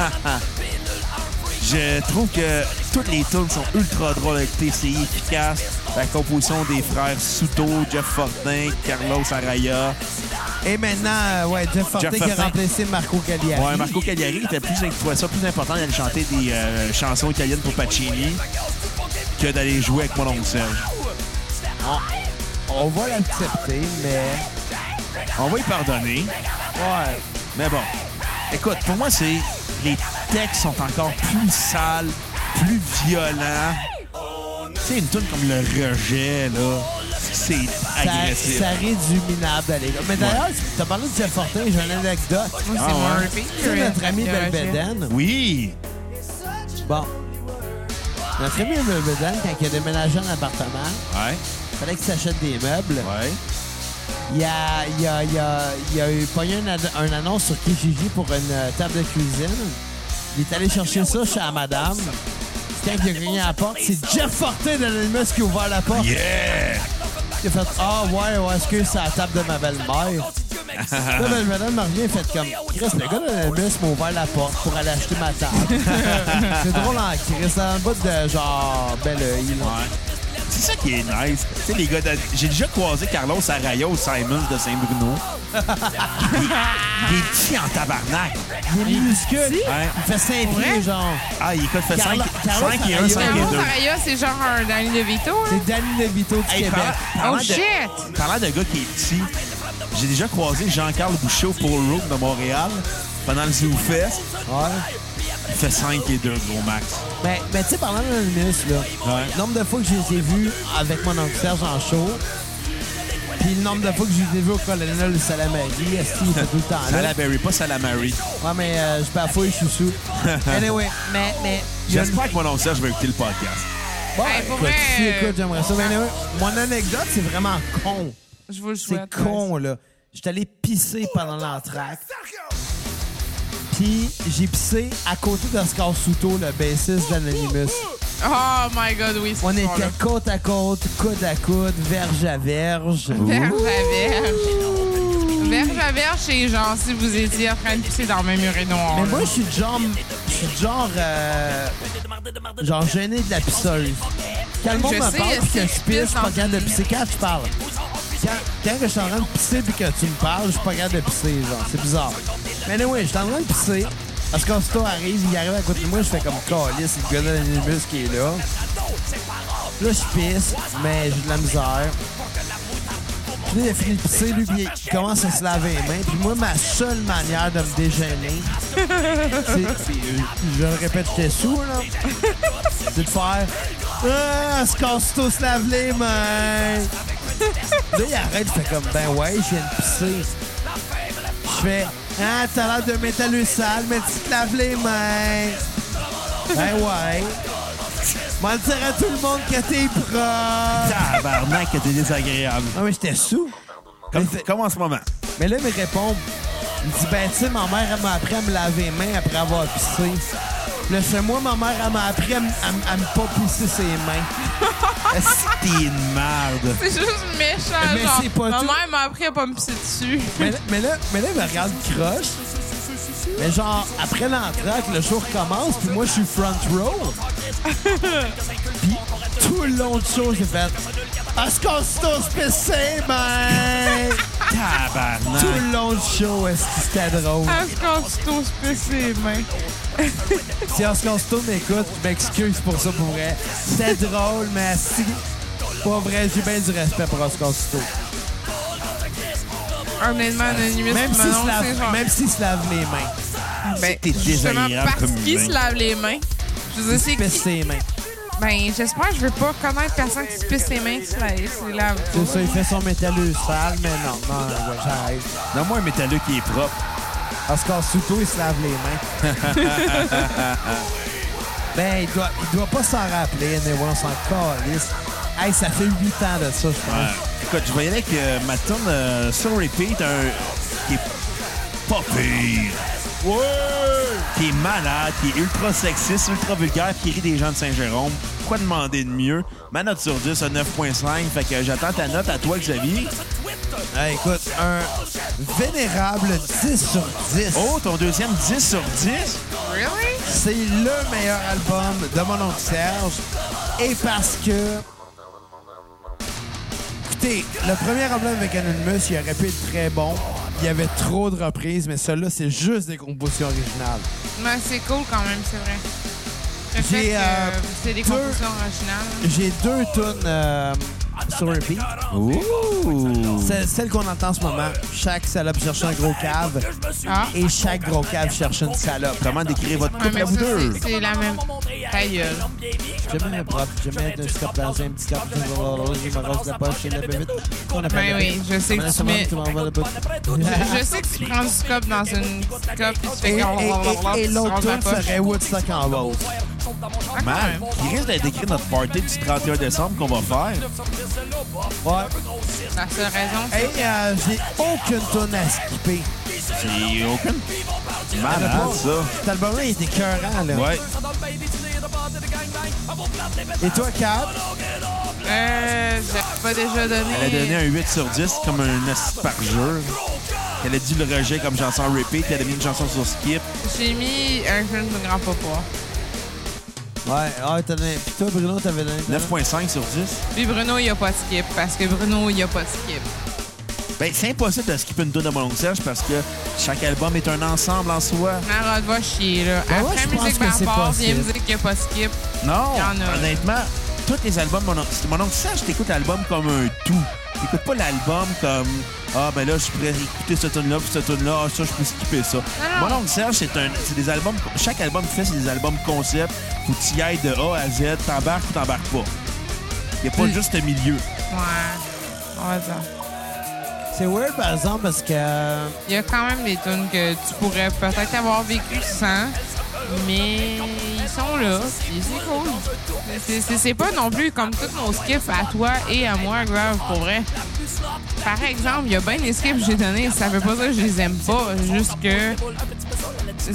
[SPEAKER 1] Je trouve que toutes les tunes sont ultra drôles avec TCI efficace. La composition des frères Souto, Jeff Fortin, Carlos Araya.
[SPEAKER 2] Et maintenant, euh, ouais, Jeff Fortin qui
[SPEAKER 1] Fortin.
[SPEAKER 2] a remplacé Marco Cagliari.
[SPEAKER 1] Ouais, Marco Cagliari était plus, il trouvait ça plus important d'aller chanter des euh, chansons italiennes pour Pacini que d'aller jouer avec mon oncle Serge.
[SPEAKER 2] On va l'accepter, mais...
[SPEAKER 1] On va y pardonner.
[SPEAKER 2] Ouais.
[SPEAKER 1] Mais bon, écoute, pour moi, c'est. Les textes sont encore plus sales, plus violents. C'est une tune comme le rejet, là. C'est
[SPEAKER 2] Ça,
[SPEAKER 1] agressif.
[SPEAKER 2] ça réduit minable d'aller là. Mais d'ailleurs, tu t'as parlé de Jeff Fortin, j'ai une anecdote.
[SPEAKER 4] Moi,
[SPEAKER 1] Ah
[SPEAKER 4] c'est mon
[SPEAKER 1] ouais.
[SPEAKER 4] repeat.
[SPEAKER 2] Tu sais, notre ami
[SPEAKER 4] Le rejet.
[SPEAKER 2] Belbédane.
[SPEAKER 1] Oui!
[SPEAKER 2] Bon. Notre ami Belbédane, quand il a déménagé en appartement,
[SPEAKER 1] Ouais,
[SPEAKER 2] il fallait qu'il s'achète des meubles.
[SPEAKER 1] ouais.
[SPEAKER 2] Il a, il a, il a, il a eu pogné une ad- une annonce sur Kijiji pour une euh, table de cuisine. Il est allé
[SPEAKER 1] Ah,
[SPEAKER 2] chercher ça chez la madame. Quand il a gagné à la porte, c'est Jeff Fortin de l'Animus qui a ouvert la porte.
[SPEAKER 1] Yeah!
[SPEAKER 2] Il a fait Ah ouais, ouais, est-ce que c'est la table de ma belle-mère? Là, ben, madame m'a revient fait comme Chris, le gars de l'Animus m'a ouvert la porte pour aller acheter ma table. c'est drôle en Chris, dans le bout de genre bel œil. là.
[SPEAKER 1] Ouais. C'est ça qui est nice. Tu sais, les gars, de- j'ai déjà croisé Carlos Araya au Simons de Saint-Bruno. il est petit en tabarnak.
[SPEAKER 2] Il est minuscule.
[SPEAKER 1] Ouais.
[SPEAKER 2] Il fait 5 pieds,
[SPEAKER 4] vrai?
[SPEAKER 2] genre.
[SPEAKER 1] Ah, il écoute, fait 5
[SPEAKER 2] Carlo- Carlos
[SPEAKER 1] et 1,
[SPEAKER 2] Araya.
[SPEAKER 1] 5
[SPEAKER 4] Carlos
[SPEAKER 1] et 2.
[SPEAKER 4] Araya, c'est genre un Danny DeVito, là.
[SPEAKER 2] C'est Danny DeVito du
[SPEAKER 1] Hey,
[SPEAKER 2] Québec.
[SPEAKER 1] parlant, parlant
[SPEAKER 4] Oh,
[SPEAKER 1] de,
[SPEAKER 4] shit!
[SPEAKER 1] parlant de gars qui est petit, j'ai déjà croisé Jean-Carl Boucher au Paul Room de Montréal pendant le Zoo Fest.
[SPEAKER 2] Ouais.
[SPEAKER 1] Il fait 5 et 2, gros max.
[SPEAKER 2] Mais, mais Ben, tu sais, parlant d'Anonymous, là,
[SPEAKER 1] Ouais.
[SPEAKER 2] le nombre de fois que je les ai vus avec mon oncle Serge en show, puis le nombre de fois que je les ai vus au colonel Salamari, est-ce qu'il était tout le temps là?
[SPEAKER 1] Salaberry, pas Salamary.
[SPEAKER 2] Ouais, mais euh, je bafouille, je suis sous. Anyway, mais, mais... il y a une-
[SPEAKER 1] J'espère que mon oncle Serge va écouter le podcast.
[SPEAKER 2] Ouais,
[SPEAKER 4] Hey, pour
[SPEAKER 2] écoute,
[SPEAKER 4] vrai,
[SPEAKER 2] si,
[SPEAKER 4] euh,
[SPEAKER 2] écoute, j'aimerais ça. Mais anyway, mon anecdote, c'est vraiment con.
[SPEAKER 4] Je vous le
[SPEAKER 2] C'est
[SPEAKER 4] souhaite.
[SPEAKER 2] con, là. J'étais allé pisser pendant l'entracte. Puis j'ai pissé à côté d'Oscar Souto, le bassiste d'Anonymous.
[SPEAKER 4] Oh my god, oui, c'est
[SPEAKER 2] On
[SPEAKER 4] ce
[SPEAKER 2] était côte à côte, coude à coude, verge à verge.
[SPEAKER 4] Verge à verge. Verge à verge, c'est genre si vous étiez en train de pisser dans le même urinoir.
[SPEAKER 2] Mais
[SPEAKER 4] là.
[SPEAKER 2] moi, je suis du genre. Je suis du genre. euh, genre gêné de la pisseuse. Quand le monde
[SPEAKER 4] Je
[SPEAKER 2] me
[SPEAKER 4] sais,
[SPEAKER 2] parle
[SPEAKER 4] je
[SPEAKER 2] puis
[SPEAKER 4] sais,
[SPEAKER 2] que je pisse, je suis
[SPEAKER 4] dans
[SPEAKER 2] pas capable de
[SPEAKER 4] une
[SPEAKER 2] pisser. Quand tu parles. Quand, quand je suis en train de pisser puis que tu me parles, je suis pas capable de pisser, genre. C'est bizarre. Mais anyway, je suis en train de pisser. Parce que quand Sto arrive, il arrive à côté de moi, je fais comme Calis, c'est le gars de l'animus qui est là. Là, je pisse, mais j'ai de la misère. Puis là, il a fini de pisser, lui, puis il commence à se laver les mains. Puis moi, ma seule manière de me déjeuner, c'est, je le répète, j'étais sous, là, c'est de faire « Ah, ce qu'on se tous lave les mains! » Là, il arrête, il fait comme « Ben ouais, je viens de pisser. » Je fais « Ah, t'as l'air de métalleux sale, mais tu te laves les mains! » Ben ouais. M'en dire à tout le monde que t'es propre!
[SPEAKER 1] Tabarnak, que t'es désagréable.
[SPEAKER 2] Non, mais j'étais sous.
[SPEAKER 1] Comme,
[SPEAKER 2] Mais c'est-
[SPEAKER 1] comme en ce moment.
[SPEAKER 2] Mais là, il me répond. Il me dit, ben, tu sais, ma mère, elle m'a appris à me laver les mains après avoir pissé. Là, je fais, moi, ma mère, elle m'a appris à, m- à m- à me pas pisser ses mains.
[SPEAKER 1] Est-ce que t'es une merde?
[SPEAKER 4] C'est juste méchant,
[SPEAKER 2] Mais
[SPEAKER 4] genre.
[SPEAKER 2] c'est pas
[SPEAKER 4] Ma
[SPEAKER 2] tout.
[SPEAKER 4] mère m'a appris à pas me pisser dessus.
[SPEAKER 2] mais, là- mais là, mais là, il me regarde croche. Mais genre, après l'entraque, le show recommence, puis moi, je suis front row. puis tout le long du show, j'ai fait, est-ce qu'on se tous pisse ses mains? tout
[SPEAKER 1] Tabarnak.
[SPEAKER 2] le long du show, est-ce que c'était drôle?
[SPEAKER 4] Ah, je casse tout se pisser, mais.
[SPEAKER 2] Si Oscar Stone m'écoute, je m'excuse pour ça pour vrai. C'était drôle, mais si. Pas vrai, j'ai bien du respect pour Oscar Stone.
[SPEAKER 4] Honnêtement, anonymous,
[SPEAKER 2] Même
[SPEAKER 4] mon
[SPEAKER 2] s'il se
[SPEAKER 4] oncle, c'est
[SPEAKER 2] lave,
[SPEAKER 4] genre.
[SPEAKER 2] même s'il se lave les mains.
[SPEAKER 4] Ben,
[SPEAKER 1] t'es
[SPEAKER 4] justement,
[SPEAKER 1] désagréable
[SPEAKER 4] parce
[SPEAKER 1] comme
[SPEAKER 4] qu'il
[SPEAKER 1] humain.
[SPEAKER 4] se lave les mains. Je veux dire, c'est
[SPEAKER 2] Pisse
[SPEAKER 4] qui?
[SPEAKER 2] ses mains.
[SPEAKER 4] Ben, j'espère que je veux pas connaître personne qui se pisse les mains, ben, qui se lave. se les lave.
[SPEAKER 2] Tout ça, il fait son métalleux sale, mais non, non, ouais, j'arrive.
[SPEAKER 1] Donne-moi un métalleux qui est propre.
[SPEAKER 2] Oscar Souto, il se lave les mains. ben, il doit, il doit pas s'en rappeler, mais on s'en calisse. Hey, ça fait 8 ans de ça, je
[SPEAKER 1] Euh,
[SPEAKER 2] pense.
[SPEAKER 1] écoute, je voyais avec euh, ma tune euh, sur repeat, un qui est pas pire. Qui est malade, qui est ultra sexiste, ultra vulgaire, qui rit des gens de Saint-Jérôme. Quoi demander de mieux? Ma note sur 10 à 9.5, fait que j'attends ta note à toi, Xavier.
[SPEAKER 2] Hey, écoute, un vénérable 10 sur 10.
[SPEAKER 1] Oh, ton deuxième 10 sur 10?
[SPEAKER 4] Really?
[SPEAKER 2] C'est le meilleur album de mon oncle Serge. Et parce que. Écoutez, le premier album avec Anonymous, il aurait pu être très bon. Il y avait trop de reprises, mais celui-là, c'est juste des compositions originales.
[SPEAKER 4] Ben, c'est cool quand même, c'est vrai. Le
[SPEAKER 2] J'ai,
[SPEAKER 4] fait que,
[SPEAKER 2] euh,
[SPEAKER 4] euh, c'est des
[SPEAKER 2] deux-
[SPEAKER 4] compositions originales.
[SPEAKER 2] J'ai deux tunes euh, sur repeat.
[SPEAKER 1] Ouh!
[SPEAKER 2] C'est celle qu'on entend en ce moment. Chaque salope cherche un gros cave.
[SPEAKER 4] Ah.
[SPEAKER 2] Et chaque gros cave cherche une salope.
[SPEAKER 1] Comment décrire votre
[SPEAKER 4] Ouais,
[SPEAKER 1] couple
[SPEAKER 4] mais
[SPEAKER 1] à vous
[SPEAKER 4] ça,
[SPEAKER 1] deux?
[SPEAKER 4] c'est- c'est la même. Ta gueule.
[SPEAKER 2] J'aime mes propres, j'aime un stop dans un petit cap, je me rase la poche, je me vite. Qu'on appelle
[SPEAKER 4] Ben oui, je sais que tu mets.
[SPEAKER 2] Tout le monde va le bout.
[SPEAKER 4] Je je sais que tu prends du scope dans une petite cope et tu
[SPEAKER 2] Et,
[SPEAKER 4] fais
[SPEAKER 2] et,
[SPEAKER 4] qu'on
[SPEAKER 2] et, et l'autre tune serait Woodstock en rose.
[SPEAKER 1] Man, qui risque d'être décrit notre party du 31 décembre qu'on va faire?
[SPEAKER 2] Ouais.
[SPEAKER 4] La seule raison,
[SPEAKER 2] Et euh, j'ai aucune tune à skipper.
[SPEAKER 1] C'est aucune. Malade,
[SPEAKER 2] Malade,
[SPEAKER 1] ça.
[SPEAKER 2] Cet album-là, il est écœurant, là.
[SPEAKER 1] Ouais.
[SPEAKER 2] Et toi, Cap?
[SPEAKER 4] Euh, j'avais pas déjà donné.
[SPEAKER 1] Elle a donné un 8 sur 10 comme un assis par jeu. Elle a dit le rejet comme chanson repeat. Elle a mis une chanson sur skip.
[SPEAKER 4] J'ai mis un film de grand papa.
[SPEAKER 2] Ouais, ouais, t'as donné. Puis toi, Bruno, t'avais donné.
[SPEAKER 1] 9.5 sur 10.
[SPEAKER 4] Puis Bruno, il a pas de skip parce que Bruno, il a pas de skip.
[SPEAKER 1] Ben, c'est impossible de skipper une tune de Mon Oncle Serge parce que chaque album est un ensemble en soi.
[SPEAKER 4] Marotte va chier, là.
[SPEAKER 2] Ben ouais,
[SPEAKER 4] Après
[SPEAKER 2] je pense
[SPEAKER 4] musique
[SPEAKER 2] que c'est
[SPEAKER 4] barbare, viens me
[SPEAKER 2] possible.
[SPEAKER 4] dire qu'il y a pas de skip.
[SPEAKER 1] Non,
[SPEAKER 4] Il y en a.
[SPEAKER 1] honnêtement, tous les albums, mon, oncle- mon oncle Serge, t'écoutes l'album comme un tout. T'écoutes pas l'album comme Ah, ben là, je pourrais écouter ce tune-là, puis ce tune-là, ah, ça, je peux skipper ça.
[SPEAKER 4] non.
[SPEAKER 1] Mon oncle Serge, c'est un, c'est des albums, chaque album qu'il fait, c'est des albums concept. Faut que tu y ailles de A à Z, t'embarques ou t'embarques pas. Y a pas
[SPEAKER 2] Hmm.
[SPEAKER 1] juste un milieu.
[SPEAKER 4] Ouais. On va dire.
[SPEAKER 2] C'est weird, par exemple, parce que. euh,
[SPEAKER 4] Il y a quand même des tunes que tu pourrais peut-être avoir vécu sans, mais ils sont là, puis c'est cool. C'est- c'est- C'est pas non plus comme tous nos skips à toi et à moi, grave, pour vrai. Par exemple, il y a bien des skips que j'ai donnés, ça veut pas dire que je les aime pas, juste que c'est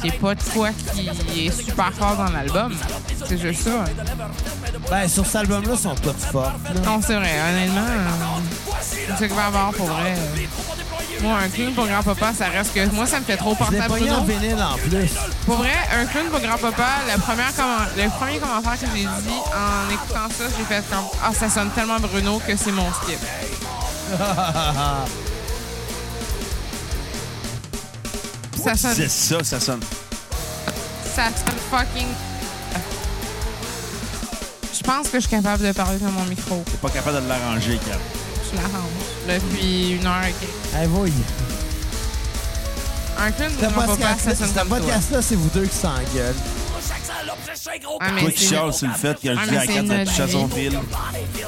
[SPEAKER 4] c'est pas de quoi qui est super fort dans l'album. C'est juste ça.
[SPEAKER 2] Ben, sur cet album-là, ils sont pas forts.
[SPEAKER 4] Non, c'est vrai, honnêtement, euh, c'est que va avoir pour vrai. euh, Moi, un clown pour grand-papa, ça reste que. Moi, ça me fait trop
[SPEAKER 2] Je
[SPEAKER 4] penser
[SPEAKER 2] l'ai
[SPEAKER 4] à
[SPEAKER 2] pogné en
[SPEAKER 4] Bruno.
[SPEAKER 2] vinyle en plus.
[SPEAKER 4] Pour vrai, un clown pour grand-papa, le, premier comment- le premier commentaire que j'ai dit en écoutant ça, j'ai fait comme Ah, ça sonne tellement Bruno que c'est mon skip. ça,
[SPEAKER 1] Tu disais
[SPEAKER 4] sonne,
[SPEAKER 1] ça, ça sonne.
[SPEAKER 4] ça sonne fucking. Je pense que je suis capable de parler dans mon micro.
[SPEAKER 1] T'es pas capable de l'arranger, Cap.
[SPEAKER 4] Je l'arrange depuis une heure et quelques.
[SPEAKER 2] Hey, voyez.
[SPEAKER 4] Un clown pour
[SPEAKER 2] Ce
[SPEAKER 4] grand-papa, ça
[SPEAKER 2] podcast-là-
[SPEAKER 4] sonne
[SPEAKER 2] ce
[SPEAKER 4] comme toi.
[SPEAKER 2] podcast-là, c'est vous deux qui s'engueulent.
[SPEAKER 4] Ah, mais
[SPEAKER 1] Toi qui
[SPEAKER 4] c'est-
[SPEAKER 1] chiales sur le fait que
[SPEAKER 4] Ah,
[SPEAKER 1] je dis
[SPEAKER 4] mais
[SPEAKER 1] à
[SPEAKER 4] c'est
[SPEAKER 1] Cap de
[SPEAKER 4] notre
[SPEAKER 1] toucher à son
[SPEAKER 4] vie.
[SPEAKER 1] fil.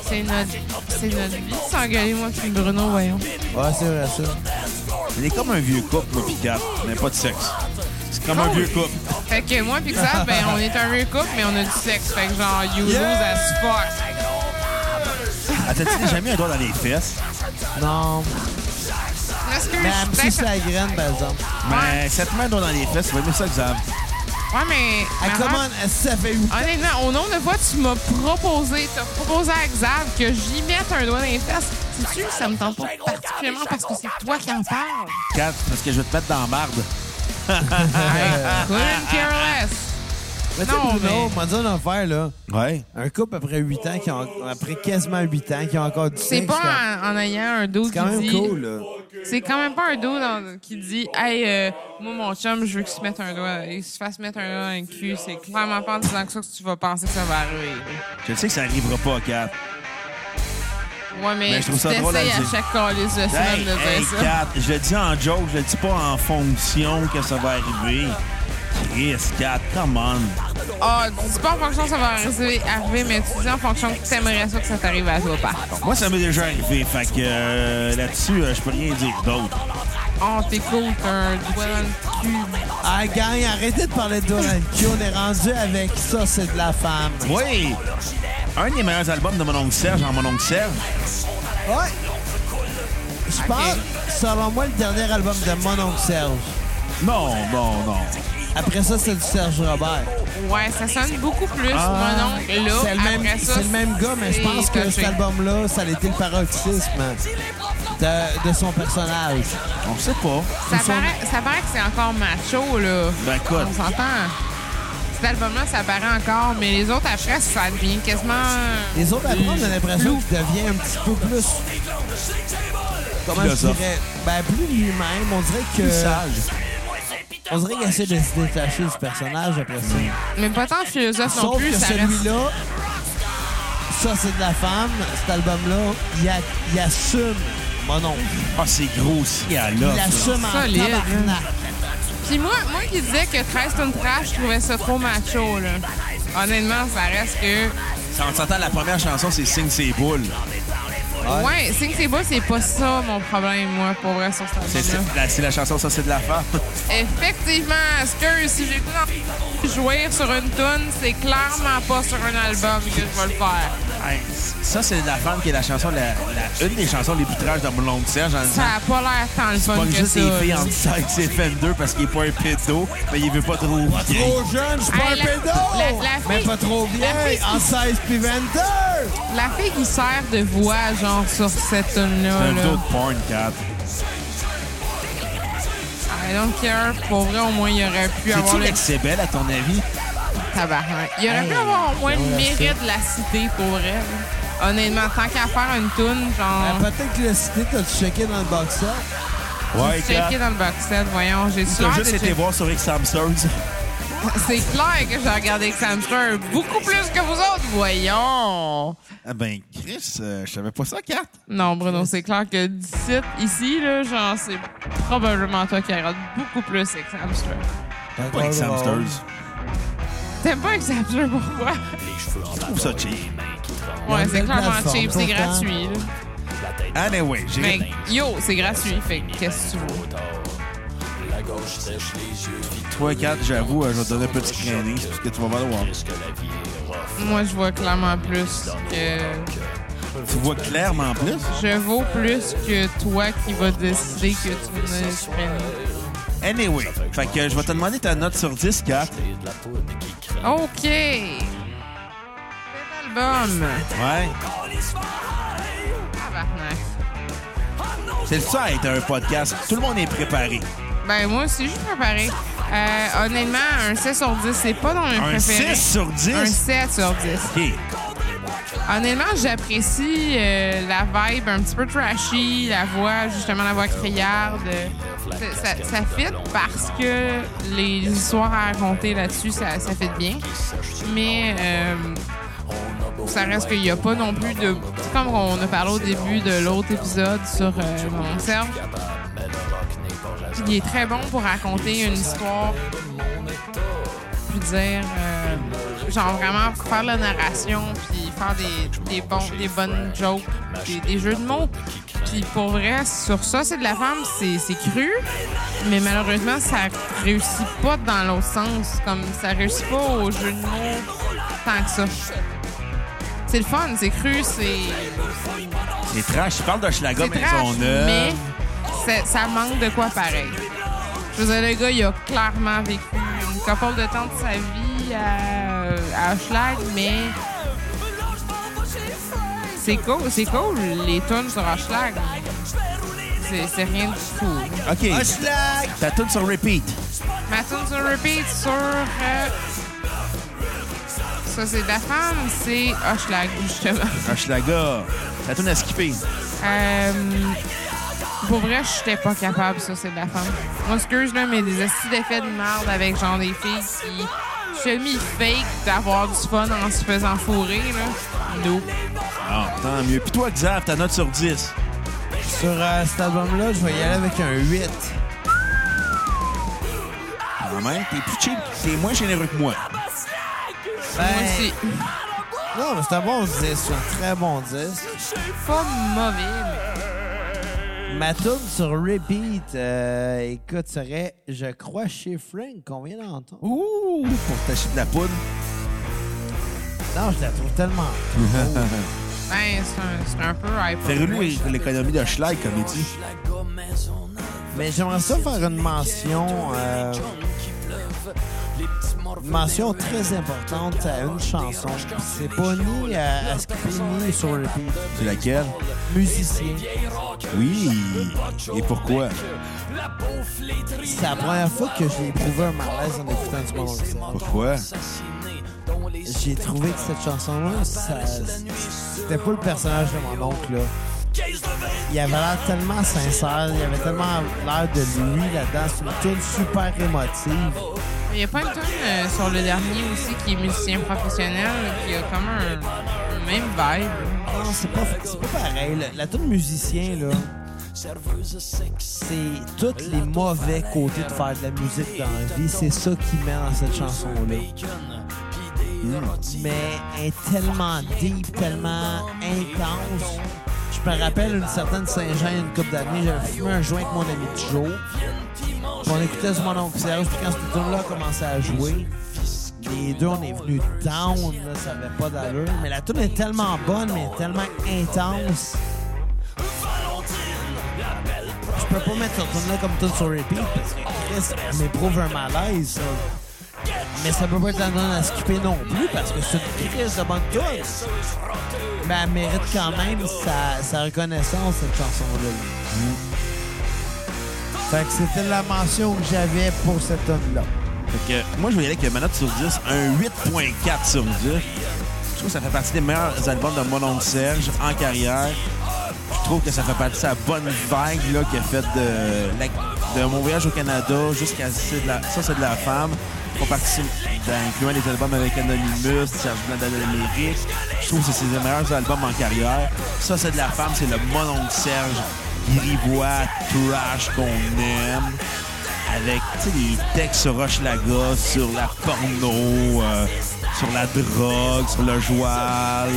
[SPEAKER 4] C'est notre, c'est notre vie de s'engueuler, moi puis Bruno, voyons.
[SPEAKER 2] Ouais, c'est vrai, ça.
[SPEAKER 1] Il est comme un vieux couple, moi, puis Cap, mais pas de sexe. C'est comme un vieux couple.
[SPEAKER 4] Fait que moi puis ça, ben on est un vieux couple, mais on a du sexe. Fait que genre, you lose as fuck.
[SPEAKER 1] Attends, tu jamais un doigt dans les fesses?
[SPEAKER 2] Non.
[SPEAKER 4] Parce que
[SPEAKER 2] Mais
[SPEAKER 4] je
[SPEAKER 2] elle me
[SPEAKER 4] suis
[SPEAKER 2] suce la graine, par exemple.
[SPEAKER 1] Mais cette main dans les fesses, c'est mieux ça, Xav.
[SPEAKER 4] Ouais, mais.
[SPEAKER 2] Hey,
[SPEAKER 4] mais
[SPEAKER 2] comment ça fait où?
[SPEAKER 4] Honnêtement, au nom de fois, tu m'as proposé, t'as proposé à Xav que j'y mette un doigt dans les fesses. Sais-tu, ça me tente pas particulièrement parce que c'est toi qui en parles.
[SPEAKER 1] Kat, parce que je vais te mettre dans la marde.
[SPEAKER 4] Couldn't care less.
[SPEAKER 2] Mais tu sais,
[SPEAKER 4] Non,
[SPEAKER 2] Bruno,
[SPEAKER 4] mais-
[SPEAKER 2] on m'a dit une affaire, là.
[SPEAKER 1] Ouais.
[SPEAKER 2] Un couple après 8 ans, qui ont, après quasiment 8 ans, qui a encore du
[SPEAKER 4] C'est
[SPEAKER 2] sexe.
[SPEAKER 4] pas
[SPEAKER 2] quand-
[SPEAKER 4] en, en ayant un dos
[SPEAKER 2] C'est quand même
[SPEAKER 4] qui dit-
[SPEAKER 2] cool, là.
[SPEAKER 4] C'est quand même pas un dos dans- qui dit Hey, euh, moi, mon chum, je veux qu'il se mette un doigt, il se fasse mettre un doigt dans le cul. C'est clairement pas en disant que ça que tu vas penser que ça va arriver.
[SPEAKER 1] Je sais que ça arrivera pas, Kat.
[SPEAKER 4] Ouais, mais,
[SPEAKER 2] Ben,
[SPEAKER 1] Mais je
[SPEAKER 4] tu
[SPEAKER 1] trouve ça drôle à
[SPEAKER 4] t'essayes à
[SPEAKER 1] dire.
[SPEAKER 4] chaque calice de semaine
[SPEAKER 1] Hey,
[SPEAKER 4] de dire
[SPEAKER 1] hey,
[SPEAKER 4] ça.
[SPEAKER 1] Kat, je le dis en joke, je le dis pas en fonction que ça va arriver. Chris, Kat, come on.
[SPEAKER 4] Ah, tu dis pas en fonction que ça va arriver, arriver, mais tu dis en fonction que t'aimerais ça que ça t'arrive à toi, par contre.
[SPEAKER 1] Moi, ça m'est déjà arrivé, fait que euh, là-dessus, euh, je peux rien dire d'autre.
[SPEAKER 4] Oh, t'es cool, t'as un doigt dans le cul.
[SPEAKER 2] Ah, gang, arrêtez de parler de doigts dans le cul. On est rendu avec ça, c'est de la femme.
[SPEAKER 1] Oui! Un des meilleurs albums de mon oncle Serge, en mon oncle Serge.
[SPEAKER 2] Ouais. Je pense, selon moi, le dernier album de mon oncle Serge.
[SPEAKER 1] Non, non, non.
[SPEAKER 2] Après ça, c'est du Serge Robert.
[SPEAKER 4] Ouais, ça sonne beaucoup plus,
[SPEAKER 1] Ah,
[SPEAKER 4] mon oncle, là.
[SPEAKER 2] C'est le, même,
[SPEAKER 4] Après ça,
[SPEAKER 2] c'est le même gars, mais je pense
[SPEAKER 4] c'est
[SPEAKER 2] que
[SPEAKER 4] touché.
[SPEAKER 2] cet album-là, ça a été le paroxysme de, de son personnage.
[SPEAKER 1] On sait pas.
[SPEAKER 4] Ça paraît, ça paraît que c'est encore macho, là.
[SPEAKER 1] Ben, écoute.
[SPEAKER 4] On s'entend. Cet album-là, ça paraît encore, mais les autres, après, ça devient quasiment...
[SPEAKER 2] Les autres, après, on a l'impression qu'il devient un petit peu plus. Comment je
[SPEAKER 1] Philosophe.
[SPEAKER 2] dirais Ben, plus lui-même. On dirait que. On dirait qu'il essaie de se détacher du personnage après ça.
[SPEAKER 4] Mais pas tant de philosophe non
[SPEAKER 2] Sauf
[SPEAKER 4] Ah, plus,
[SPEAKER 2] que
[SPEAKER 4] ça reste...
[SPEAKER 2] celui-là, ça c'est de la femme, cet album-là, il, a- il assume mon nom.
[SPEAKER 1] Ah, c'est grossier à
[SPEAKER 2] Il
[SPEAKER 1] l'os.
[SPEAKER 2] assume en
[SPEAKER 4] Solide, hein.
[SPEAKER 2] tabarnak.
[SPEAKER 4] Puis moi, moi qui disais que 13 tonnes trash, je trouvais ça trop macho, là. Honnêtement, ça reste que...
[SPEAKER 1] Ça, On s'entend, la première chanson, c'est Signe ses boules.
[SPEAKER 4] Ouais, Sing C'est Beau, c'est pas ça mon problème, moi, pour vrai, sur cet
[SPEAKER 1] C'est
[SPEAKER 4] album-là.
[SPEAKER 1] c'est la, c'est la chanson, ça, c'est de la femme.
[SPEAKER 4] Effectivement, ce que si j'écoute en jouer sur une tune, c'est clairement pas sur un album que je vais le faire.
[SPEAKER 1] Hey, ça, c'est de la femme qui est la chanson, la, la- une des chansons les plus trash de mon oncle Serge. En disant,
[SPEAKER 4] Ça a pas l'air tant le
[SPEAKER 1] Pas
[SPEAKER 4] fun que
[SPEAKER 1] juste
[SPEAKER 4] ça.
[SPEAKER 1] les
[SPEAKER 4] là.
[SPEAKER 1] filles entre 16 et 22 parce qu'il est pas un pédo, mais il veut pas trop.
[SPEAKER 2] Trop jeune, je suis pas
[SPEAKER 4] Hey,
[SPEAKER 2] un
[SPEAKER 4] la-
[SPEAKER 2] pédo!
[SPEAKER 4] la- la
[SPEAKER 2] Mais
[SPEAKER 4] fille-
[SPEAKER 2] pas trop bien,
[SPEAKER 4] la fille- Ah.
[SPEAKER 2] en 16 puis 22!
[SPEAKER 4] La fille qui sert de voix, genre, sur cette tune-là.
[SPEAKER 1] Un
[SPEAKER 4] là.
[SPEAKER 1] vidéo de porn, Kat.
[SPEAKER 4] I don't care. Pour vrai, au moins, il aurait pu avoir
[SPEAKER 1] C'est-tu
[SPEAKER 4] le
[SPEAKER 1] l'excès belle, à ton avis?
[SPEAKER 4] tabarnak. Il aurait pu avoir au moins le mérite de la cité, pour vrai. Honnêtement, tant qu'à faire une tune,
[SPEAKER 2] Ben,
[SPEAKER 4] genre,
[SPEAKER 2] Peut-être que le cité t'as checké dans le box set.
[SPEAKER 1] Ouais,
[SPEAKER 4] checker dans le box set, voyons, j'ai
[SPEAKER 1] T'as
[SPEAKER 4] sûr
[SPEAKER 1] juste été voir sur X Samsung.
[SPEAKER 4] C'est clair que j'ai regardé Samsung beaucoup plus que vous autres, voyons.
[SPEAKER 1] Ah ben, Chris, euh, je savais pas ça, Kat.
[SPEAKER 4] Non, Bruno, c'est clair que d'ici, ici, là, genre, c'est probablement toi qui regarde beaucoup plus que Samsung.
[SPEAKER 1] Pas X Samsters.
[SPEAKER 4] T'aimes pas Samsung, pourquoi?
[SPEAKER 1] Je trouve ça cheap.
[SPEAKER 4] Ouais, c'est
[SPEAKER 2] belle
[SPEAKER 4] clairement
[SPEAKER 2] plateforme,
[SPEAKER 4] cheap, c'est
[SPEAKER 2] pourtant.
[SPEAKER 4] gratuit. là.
[SPEAKER 1] Anyway,
[SPEAKER 4] Mais
[SPEAKER 1] j'ai.
[SPEAKER 4] yo, c'est gratuit, fait que qu'est-ce que tu veux?
[SPEAKER 3] La gauche sèche les yeux, vite
[SPEAKER 1] Toi, Kat, j'avoue, euh, je vais te donner un petit traîné parce que tu vas valoir.
[SPEAKER 3] que la vie est rough.
[SPEAKER 4] Moi, je vois clairement plus que.
[SPEAKER 1] Tu vois clairement plus.
[SPEAKER 4] Je vaux plus que toi qui vas décider que tu veux me freiner.
[SPEAKER 1] Anyway, fait que je vais te demander ta note sur 10, Kat.
[SPEAKER 4] OK! Cet album!
[SPEAKER 1] Ouais.
[SPEAKER 4] Tabarnak.
[SPEAKER 1] C'est ça, être un podcast. Tout le monde est préparé.
[SPEAKER 4] Ben, moi aussi, je suis préparée. Euh, honnêtement, un 6 sur 10, c'est pas dans mes
[SPEAKER 1] Un
[SPEAKER 4] préférés.
[SPEAKER 1] 6 sur
[SPEAKER 4] Un
[SPEAKER 1] 10.
[SPEAKER 4] 7 sur 10.
[SPEAKER 1] OK.
[SPEAKER 4] Honnêtement, j'apprécie euh, la vibe un petit peu trashy, la voix, justement, la voix criarde. Ça, ça, ça fit parce que les histoires à raconter là-dessus, ça, ça fit bien. Mais euh, ça reste qu'il n'y a pas non plus de. C'est comme on a parlé au début de l'autre épisode sur euh, mon cerf. Il est très bon pour raconter une histoire puis dire, euh, genre vraiment faire la narration, puis faire des, des, bons, des bonnes jokes, des, des jeux de mots. Puis pour vrai, sur ça, c'est de la femme, c'est c'est cru, mais malheureusement, ça réussit pas dans l'autre sens. Comme ça réussit pas au jeu de mots tant que ça. C'est le fun, c'est cru, c'est
[SPEAKER 1] C'est trash. Je parle de Schlaga
[SPEAKER 4] c'est trash,
[SPEAKER 1] Maisonneuve.
[SPEAKER 4] mais c'est- ça manque de quoi pareil. Je veux dire, le gars, il a clairement vécu une couple de temps de sa vie à, à Schlag, mais c'est cool, c'est cool, les tunes sur Schlag. C'est c'est rien du tout.
[SPEAKER 1] OK.
[SPEAKER 2] Hashtag!
[SPEAKER 1] Ta tune sur repeat.
[SPEAKER 4] Ma tune sur repeat sur... euh, ça, c'est de la femme, c'est Schlag, justement.
[SPEAKER 1] Hochelaga. Ta tune à skipper.
[SPEAKER 4] Euh, pour vrai, j'étais pas capable, ça, c'est de la femme. Moi, excuse, là, mais des astuces d'effets de merde avec genre des filles qui semi-fake d'avoir du fun en se faisant fourrer, là. No.
[SPEAKER 1] Ah, tant mieux. Puis toi, Xav, ta note sur 10.
[SPEAKER 2] Sur euh, cet album-là, je vais y aller avec un 8.
[SPEAKER 1] Quand même, t'es plus cheap, t'es moins généreux que moi.
[SPEAKER 2] Ben,
[SPEAKER 4] Moi aussi.
[SPEAKER 2] non, mais c'est un bon 10, un très bon 10.
[SPEAKER 4] Pas mauvais,
[SPEAKER 2] Ma tune sur repeat, euh, écoute, serait Je crois chez Frank qu'on vient d'entendre.
[SPEAKER 1] Ouh, pour tâcher de la poudre.
[SPEAKER 2] Non, je la trouve tellement.
[SPEAKER 4] mais ben, c'est un- c'est un, peu hype.
[SPEAKER 1] C'est relou l'économie de Schleich, comme il dit.
[SPEAKER 2] Mais j'aimerais ça faire une mention, euh, une mention très importante à une chanson. C'est pas ni euh, à, à skipper ni sur repeat.
[SPEAKER 1] C'est laquelle?
[SPEAKER 2] Musicien.
[SPEAKER 1] Oui. Et pourquoi?
[SPEAKER 2] C'est la première fois que j'ai éprouvé un malaise en écoutant du monde. occidental.
[SPEAKER 1] Pourquoi?
[SPEAKER 2] J'ai trouvé que cette chanson-là, ça- c'était pas le personnage de mon oncle. Là. Il avait l'air tellement sincère, il avait tellement l'air de lui là-dedans. C'est une tune super émotive.
[SPEAKER 4] Il n'y a pas une tune euh, sur le dernier aussi qui est musicien professionnel, qui a comme un, un même vibe.
[SPEAKER 2] Ah, Non, c'est pas, c'est pas pareil. La, la tune musicien, là, c'est tous les mauvais côtés de faire de la musique dans la vie. C'est ça qui met dans cette chanson-là. Mais elle est tellement deep, tellement intense. Je me rappelle une certaine Saint-Jean, il y a une couple d'années, j'avais fumé un joint avec mon ami Joe. Puis on écoutait ce mon oncle Serge, puis quand cette tune-là a commencé à jouer, les deux, on est venus down, là, ça avait pas d'allure. Mais la tune est tellement bonne, mais tellement intense. Je peux pas mettre cette tune-là comme tune sur repeat parce que Chris elle m'éprouve un malaise. ça. Mais ça peut pas être la tune à skipper non plus parce que c'est une crise de bonne tune. Mais elle mérite quand même sa, sa reconnaissance, cette chanson-là. Fait que c'était la mention que j'avais pour cette tune-là.
[SPEAKER 1] Fait que moi, je vais y aller avec ma note sur 10, un 8.4 sur 10. Je trouve que ça fait partie des meilleurs albums de mon oncle Serge en carrière. Je trouve que ça fait partie de sa bonne vague là, qu'il a faite de, la- de mon voyage au Canada jusqu'à C'est de la- ça, c'est de la femme. Pour participer incluant les albums avec Anonymous, Serge Blanc de l'Amérique. Je trouve que c'est ses meilleurs albums en carrière. Ça, c'est de la femme, c'est le mon oncle Serge, grivois, trash qu'on aime avec tu sais, des textes sur Rochelaga, sur la porno, euh, sur la drogue, sur le joual,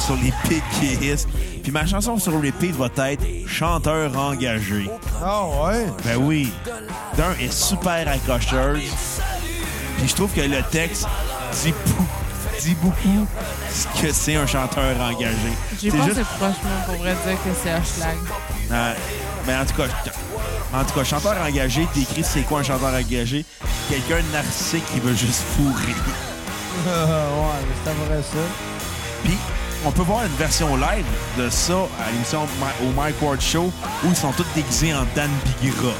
[SPEAKER 1] sur les péquistes. Puis ma chanson sur repeat va être Chanteur engagé.
[SPEAKER 2] Ah ouais?
[SPEAKER 1] Ben oui, d'un est super accrocheuse. Puis je trouve que le texte dit, pou- dit beaucoup ce que c'est un chanteur engagé.
[SPEAKER 4] J'ai
[SPEAKER 1] C'est
[SPEAKER 4] pensé
[SPEAKER 1] juste-
[SPEAKER 4] franchement pour vrai dire que c'est un schlag.
[SPEAKER 1] euh, mais en tout cas, en tout cas, chanteur engagé décrit c'est quoi un chanteur engagé Quelqu'un de narcissique qui veut juste fourrer.
[SPEAKER 2] ouais, mais c'est vrai ça.
[SPEAKER 1] Puis on peut voir une version live de ça à l'émission Mi- au Mike Ward Show où ils sont tous déguisés en Dan Bigra,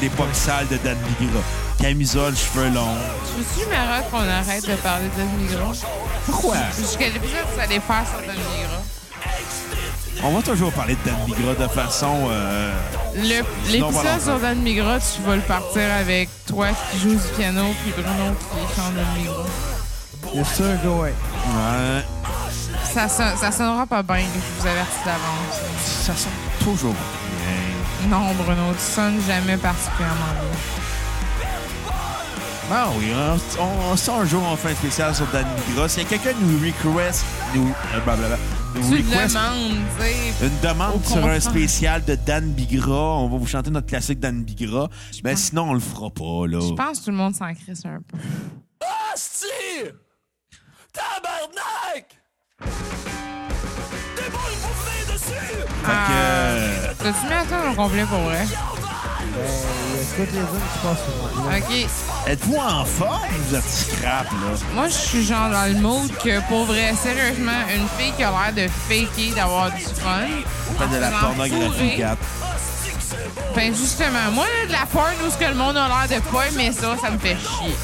[SPEAKER 1] l'époque sale de Dan Bigra. Camisole, cheveux longs.
[SPEAKER 4] Je suis marrant qu'on arrête de parler de migrants.
[SPEAKER 1] Pourquoi
[SPEAKER 4] Jusqu'à l'épisode, ça allait faire sur le migrants.
[SPEAKER 1] On va toujours parler de Dan Bigra de façon. euh,
[SPEAKER 4] Le-
[SPEAKER 1] Non, voilà.
[SPEAKER 4] L'épisode sur Dan Migra, tu vas le partir avec toi qui joues du piano puis Bruno qui chante Dan Migra.
[SPEAKER 2] C'est sûr que ouais.
[SPEAKER 1] ouais,
[SPEAKER 4] Ça, son- ça sonnera pas bien, je vous avertis d'avance.
[SPEAKER 1] ça sent toujours bien.
[SPEAKER 4] Non, Bruno, tu sonnes jamais particulièrement bien.
[SPEAKER 1] Ah oui, on, on, ça, un jour on fait un spécial sur Dan Bigra. S'il y a quelqu'un qui nous request, nous, euh, blablabla, nous
[SPEAKER 4] Tu le
[SPEAKER 1] request
[SPEAKER 4] demandes, tu sais.
[SPEAKER 1] une demande
[SPEAKER 4] Au
[SPEAKER 1] sur un
[SPEAKER 4] contraire.
[SPEAKER 1] spécial de Dan Bigra, on va vous chanter notre classique Dan Bigra. Mais
[SPEAKER 4] pense-
[SPEAKER 1] sinon, on le fera pas, là.
[SPEAKER 4] Je pense que tout le monde s'en crisse un peu.
[SPEAKER 3] Asti! Tabarnak! Des boules pour venir dessus!
[SPEAKER 1] Fait que, euh,
[SPEAKER 4] T'as-tu mis la tune au complet pour vrai?
[SPEAKER 2] Euh, écoute les autres qui passent sur moi.
[SPEAKER 4] OK.
[SPEAKER 1] êtes-vous en forme, vous êtes scrap, là?
[SPEAKER 4] Moi, je suis genre dans le mode que, pour vrai, sérieusement, une fille qui a l'air de faker d'avoir du fun...
[SPEAKER 1] Pas de la
[SPEAKER 4] en
[SPEAKER 1] pornographie,
[SPEAKER 4] fourrée.
[SPEAKER 1] Cap.
[SPEAKER 4] Ben justement, moi, là, de la porn où ce que le monde a l'air de pas aimer ça, ça me fait chier.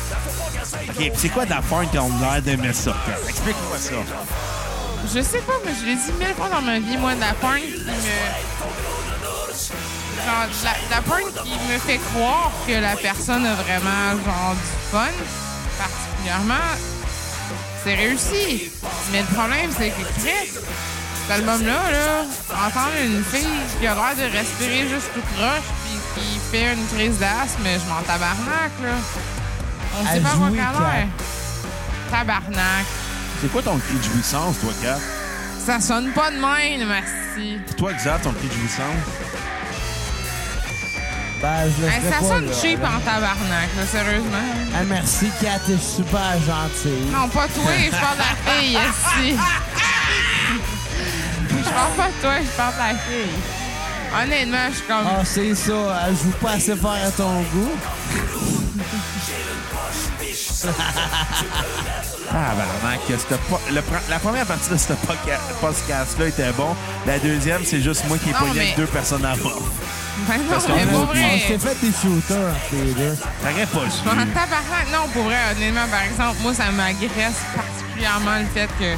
[SPEAKER 1] OK, puis c'est quoi de la porn qu'on a l'air d'aimer ça, Cap? Explique-moi ça.
[SPEAKER 4] Je sais pas, mais je l'ai dit mille fois dans ma vie, moi, de la porn qui me... Genre, de la, de la porn qui me fait croire que la personne a vraiment, genre, du fun particulier dernièrement, c'est réussi. Mais le problème, c'est que Chris, cet album-là, là, entendre une fille qui a l'air de respirer juste tout croche puis qui fait une crise d'asthme, je m'en tabarnak, là. On
[SPEAKER 2] Elle
[SPEAKER 4] sait pas à quoi
[SPEAKER 2] joue,
[SPEAKER 4] qu'elle a l'air. Tabarnak.
[SPEAKER 1] C'est quoi ton cri de jouissance, toi, Kat?
[SPEAKER 4] Ça sonne pas de même, Masti.
[SPEAKER 1] Toi, Xav, ton cri de jouissance?
[SPEAKER 2] Ben, je le
[SPEAKER 4] Hey,
[SPEAKER 2] ferai
[SPEAKER 4] ça
[SPEAKER 2] pas,
[SPEAKER 4] sonne
[SPEAKER 2] là.
[SPEAKER 4] cheap hein. en tabarnak, là, sérieusement.
[SPEAKER 2] Ah, merci, Kat, t'es super gentille.
[SPEAKER 4] Non, pas toi, je parle de la fille, ici. Je parle pas de toi, je parle de la fille. Honnêtement, je suis comme...
[SPEAKER 2] Ah, c'est ça, elle joue pas assez fort à ton goût.
[SPEAKER 1] Ah, vraiment, que c'était pas. le pre- la première partie de ce poca- podcast-là était bon. La deuxième, c'est juste moi qui ai
[SPEAKER 4] Non,
[SPEAKER 1] pogné
[SPEAKER 4] Ah, mais-
[SPEAKER 1] avec deux personnes à bord.
[SPEAKER 4] Ben non,
[SPEAKER 1] Parce qu'on
[SPEAKER 4] mais
[SPEAKER 1] est
[SPEAKER 4] pour
[SPEAKER 1] au
[SPEAKER 2] On
[SPEAKER 4] vrai...
[SPEAKER 2] s'est fait des shooters, entre les deux.
[SPEAKER 1] T'aurais pas
[SPEAKER 4] Je m'en
[SPEAKER 1] su.
[SPEAKER 4] tabarnak. Non, pour vrai, honnêtement, par exemple, moi, ça m'agresse particulièrement le fait que...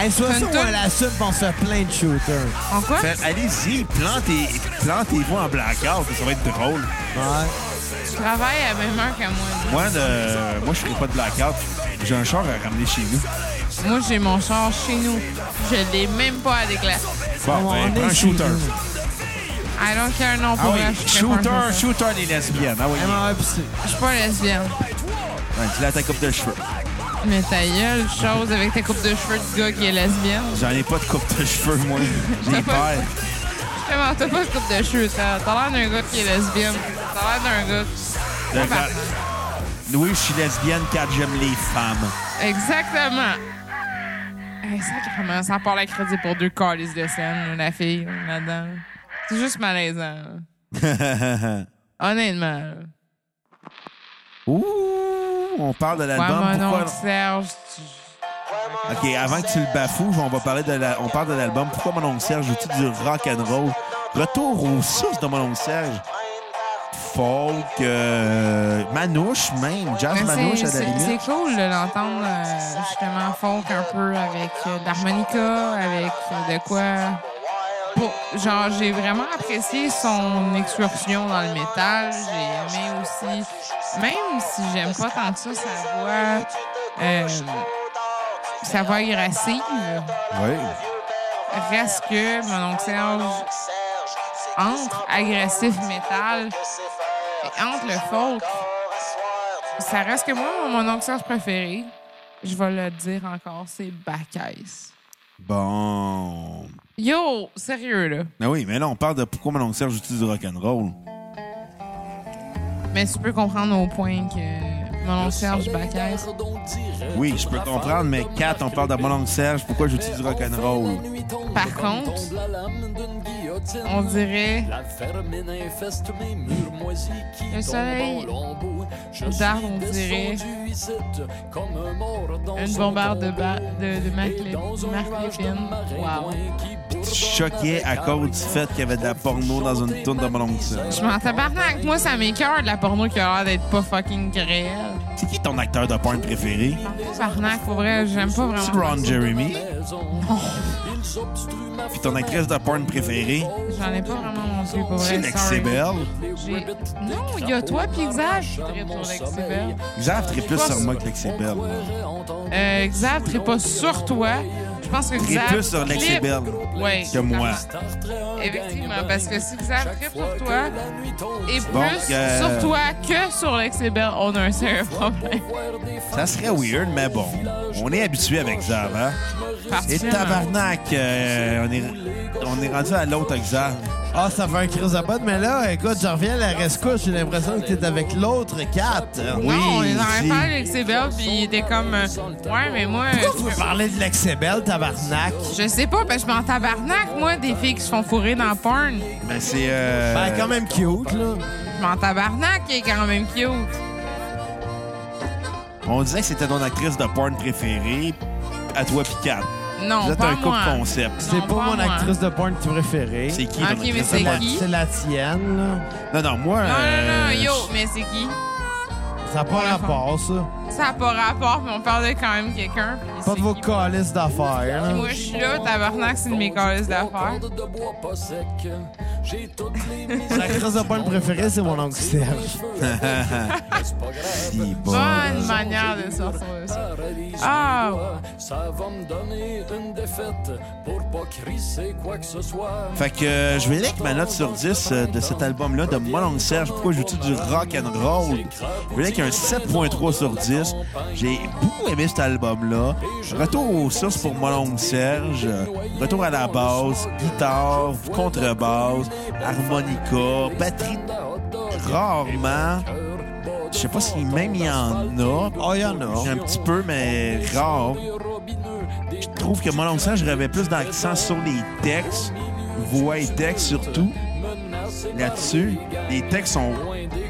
[SPEAKER 2] Hey, soit ça
[SPEAKER 4] Tonton.
[SPEAKER 2] ou à la suite, on se fait plein de shooters.
[SPEAKER 4] En quoi?
[SPEAKER 1] Fait, Allez-y, plantez- plantez-vous en blackout, ça va être drôle.
[SPEAKER 2] Ouais.
[SPEAKER 4] Tu travailles à la même heure que moi.
[SPEAKER 1] Moi, de- moi je ferai pas de blackout. J'ai un char à ramener chez nous.
[SPEAKER 4] Moi, j'ai mon char chez nous. Je l'ai même pas à déclarer.
[SPEAKER 1] Bon,
[SPEAKER 2] On
[SPEAKER 1] ben,
[SPEAKER 2] est
[SPEAKER 1] prends un
[SPEAKER 2] chez
[SPEAKER 1] shooter.
[SPEAKER 2] nous.
[SPEAKER 4] I don't care, non,
[SPEAKER 1] Ah
[SPEAKER 4] pour
[SPEAKER 1] oui,
[SPEAKER 4] vrai, je suis très
[SPEAKER 1] shooter,
[SPEAKER 4] contente.
[SPEAKER 1] shooter des lesbiennes. Ah oui,
[SPEAKER 2] Hey, mon pis c'est-
[SPEAKER 4] Je suis pas lesbienne.
[SPEAKER 1] Ouais, dis-le à ta coupe de cheveux.
[SPEAKER 4] Mais ta gueule, chose avec ta coupe de cheveux de gars qui est lesbienne.
[SPEAKER 1] J'en ai pas de coupe de cheveux, moi. J'ai
[SPEAKER 4] T'as pas-
[SPEAKER 1] peur.
[SPEAKER 4] Justement, t'as pas de coupe de cheveux. T'as t'as l'air d'un gars qui est lesbienne. T'as l'air d'un gars. qui-
[SPEAKER 1] Le
[SPEAKER 4] Pas
[SPEAKER 1] gars-
[SPEAKER 4] parlant.
[SPEAKER 1] Oui, je suis lesbienne car j'aime les femmes.
[SPEAKER 4] Exactement. Hey, sacrément, ça part la crédit pour deux calices de scène, la fille, là-dedans. C'est juste malaisant. là. Honnêtement. là.
[SPEAKER 1] Ouh, on parle de
[SPEAKER 4] Ouais,
[SPEAKER 1] l'album.
[SPEAKER 4] mon
[SPEAKER 1] Pourquoi...
[SPEAKER 4] oncle Serge, tu-
[SPEAKER 1] OK, avant que tu le bafoues, on va parler de la... on parle de l'album Pourquoi mon oncle Serge joue-tu du rock and roll? Retour aux sources de mon oncle Serge. Folk, euh, manouche même, jazz
[SPEAKER 4] Mais
[SPEAKER 1] manouche
[SPEAKER 4] c'est-
[SPEAKER 1] à la
[SPEAKER 4] c'est- C'est
[SPEAKER 1] limite.
[SPEAKER 4] cool de l'entendre euh, justement folk un peu avec euh, de l'harmonica, avec euh, de quoi. Pour- genre, j'ai vraiment apprécié son excursion dans le métal. J'ai aimé aussi, même si j'aime pas tant que ça, sa voix. euh, sa voix agressive.
[SPEAKER 1] Oui.
[SPEAKER 4] Reste que mon oncle Serge entre agressif métal et entre le folk. Ça reste que moi, mon oncle Serge préféré, je vais le dire encore, c'est Bacchus.
[SPEAKER 1] Bon.
[SPEAKER 4] Yo, sérieux, là.
[SPEAKER 1] Ben oui, mais là, on parle de pourquoi mon oncle Serge joue-tu du rock and roll.
[SPEAKER 4] Mais tu peux comprendre au point que mon oncle Serge Bacchus.
[SPEAKER 1] Oui, je peux comprendre, mais 4, on parle de mon oncle Serge, pourquoi joue-tu du rock and roll?
[SPEAKER 4] Par contre, on dirait
[SPEAKER 5] Le
[SPEAKER 4] soleil d'arbre, on dirait une bombarde de, ba- de, de Marc Le- Marc Lépine. Wow.
[SPEAKER 1] Tu te choquais à cause du fait qu'il y avait de la porno dans une tourne de mon oncle Serge.
[SPEAKER 4] Je m'en tabarnak. Moi, ça m'écœure de la porno qui a l'air d'être pas fucking réelle.
[SPEAKER 1] C'est qui ton acteur de porn préféré?
[SPEAKER 4] Tabarnak, pour vrai, j'aime pas
[SPEAKER 1] C'est
[SPEAKER 4] vraiment.
[SPEAKER 1] Ron Jeremy. Puis ton actrice de porn préférée?
[SPEAKER 4] J'en ai pas vraiment non plus, pour
[SPEAKER 1] C'est
[SPEAKER 4] vrai. sorry.
[SPEAKER 1] Nexibel.
[SPEAKER 4] J'ai- Non, il y a toi puis Xav qui trippent sur Lexibel.
[SPEAKER 1] Xav tripe plus sur moi que Lexibel.
[SPEAKER 4] Euh, Xav trippe pas sur toi. Je pense que
[SPEAKER 1] Tripe
[SPEAKER 4] Xav.
[SPEAKER 1] plus sur
[SPEAKER 4] trippe-
[SPEAKER 1] Lexibel
[SPEAKER 4] Ouais.
[SPEAKER 1] que moi.
[SPEAKER 4] Effectivement, parce que si Xav trippe sur toi et
[SPEAKER 1] Bon,
[SPEAKER 4] plus
[SPEAKER 1] que-
[SPEAKER 4] sur toi que sur Lexibel, on a un sérieux problème.
[SPEAKER 1] Ça serait weird, mais bon. On est habitué avec Xav, hein? Et
[SPEAKER 4] Particulièrement.
[SPEAKER 1] tabarnak, euh, on, est, on est rendu à l'autre avec Xav.
[SPEAKER 2] Ah, ça fait un crise à botte, mais là, écoute, je reviens à la rescousse, j'ai l'impression que t'es avec l'autre Kat.
[SPEAKER 1] Oui,
[SPEAKER 4] Non, on est en
[SPEAKER 1] si.
[SPEAKER 4] train de Lexibel, puis il était comme. euh, Ouais, mais moi. euh,
[SPEAKER 2] Pourquoi vous parlez de l'excébel, tabarnak?
[SPEAKER 4] Je sais pas, parce que je m'en tabarnak, moi, des filles qui se font fourrer dans porn.
[SPEAKER 1] Ben, c'est... euh,
[SPEAKER 2] Ben, quand même cute, là.
[SPEAKER 4] Je m'en tabarnak, qui est quand même cute.
[SPEAKER 1] On disait que c'était ton actrice de porn préférée à toi pis 4.
[SPEAKER 4] Non,
[SPEAKER 1] Vous êtes
[SPEAKER 4] pas
[SPEAKER 1] un couple
[SPEAKER 4] moi.
[SPEAKER 1] concept.
[SPEAKER 2] C'est
[SPEAKER 4] Non,
[SPEAKER 2] pas,
[SPEAKER 4] pas
[SPEAKER 2] mon
[SPEAKER 4] moi.
[SPEAKER 2] actrice de porn préférée.
[SPEAKER 1] C'est qui
[SPEAKER 4] Ok,
[SPEAKER 1] ton
[SPEAKER 4] mais
[SPEAKER 1] actrice
[SPEAKER 4] c'est
[SPEAKER 1] de porn?
[SPEAKER 4] qui?
[SPEAKER 2] C'est la tienne, là.
[SPEAKER 1] Non, non, moi...
[SPEAKER 4] Non, non,
[SPEAKER 1] euh,
[SPEAKER 4] non, yo, mais c'est qui?
[SPEAKER 2] Ça n'a pas rapport, ça.
[SPEAKER 4] Ça n'a pas rapport, mais on parle de quand même quelqu'un. puis
[SPEAKER 2] Pas
[SPEAKER 4] c'est
[SPEAKER 2] de vos
[SPEAKER 4] qui?
[SPEAKER 2] calices d'affaires.
[SPEAKER 4] Puis
[SPEAKER 2] hein.
[SPEAKER 4] Moi, je suis là, tabarnak, c'est une de mes causes d'affaires.
[SPEAKER 3] J'ai toutes les mises
[SPEAKER 2] La crise de bonne préférée, c'est mon oncle Serge.
[SPEAKER 1] Si, bon.
[SPEAKER 4] Bonne manière de sortir de ça. Ah,
[SPEAKER 3] Ah! Ça va me donner une défaite pour pas crisser quoi que ce soit.
[SPEAKER 1] Fait que euh, je vais aller avec ma note sur 10 euh, de cet album-là de Molong Serge. Pourquoi joue-tu du rock and roll? Je vais aller avec un 7.3 sur 10. J'ai beaucoup aimé cet album-là. Retour aux sources pour Molong Serge. Euh, Retour à la basse, guitare, contrebasse, harmonica, batterie rarement. Je sais pas si même il y en a.
[SPEAKER 2] Oh, il y en a.
[SPEAKER 1] Un petit peu, mais rare. Je trouve que mon Serge rêvait plus d'accent sur les textes, voix et textes surtout. Là-dessus, les textes sont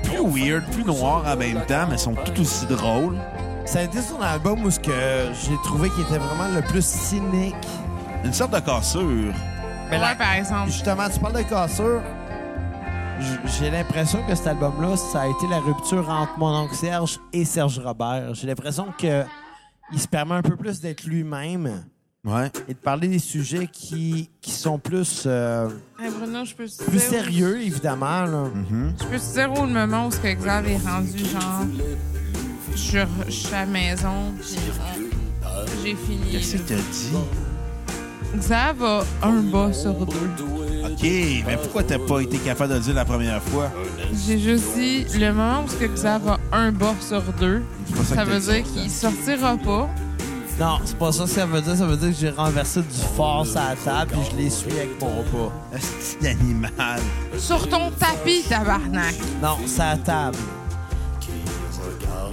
[SPEAKER 1] plus weird, plus noirs en même temps, mais sont tout aussi drôles.
[SPEAKER 2] Ça a été son album où ce que j'ai trouvé qu'il était vraiment le plus cynique.
[SPEAKER 1] Une sorte de cassure.
[SPEAKER 2] Mais la-
[SPEAKER 4] ouais, par exemple.
[SPEAKER 2] Justement, tu parles de cassure. J- J'ai l'impression que cet album-là, ça a été la rupture entre mon oncle Serge et Serge Robert. J'ai l'impression que il se permet un peu plus d'être lui-même
[SPEAKER 1] Ouais.
[SPEAKER 2] et de parler des sujets qui, qui sont plus, euh,
[SPEAKER 4] Hey, Bruno, je peux te
[SPEAKER 2] plus
[SPEAKER 4] dire-
[SPEAKER 2] sérieux, évidemment. là.
[SPEAKER 4] Je peux te dire où le moment où ce que Xav est rendu, genre, sur je suis à la maison, puis euh, j'ai
[SPEAKER 1] Qu'est-ce que
[SPEAKER 4] fini.
[SPEAKER 1] t'as dit?
[SPEAKER 4] Xav a un bas sur deux.
[SPEAKER 1] OK, mais pourquoi t'as pas été capable de le dire la première fois?
[SPEAKER 4] J'ai juste dit, le moment où ce que Xav a un bas sur deux,
[SPEAKER 1] C'est pas ça
[SPEAKER 4] ça
[SPEAKER 1] que
[SPEAKER 4] veut
[SPEAKER 1] t'as
[SPEAKER 4] dire qu'il sortira pas.
[SPEAKER 2] Non, c'est pas ça que ça veut dire. Ça veut dire que j'ai renversé du fort sur la table et je l'ai suivi avec mon repas.
[SPEAKER 1] Un petit animal.
[SPEAKER 4] Sur ton tapis, tabarnak.
[SPEAKER 2] Non, c'est à table.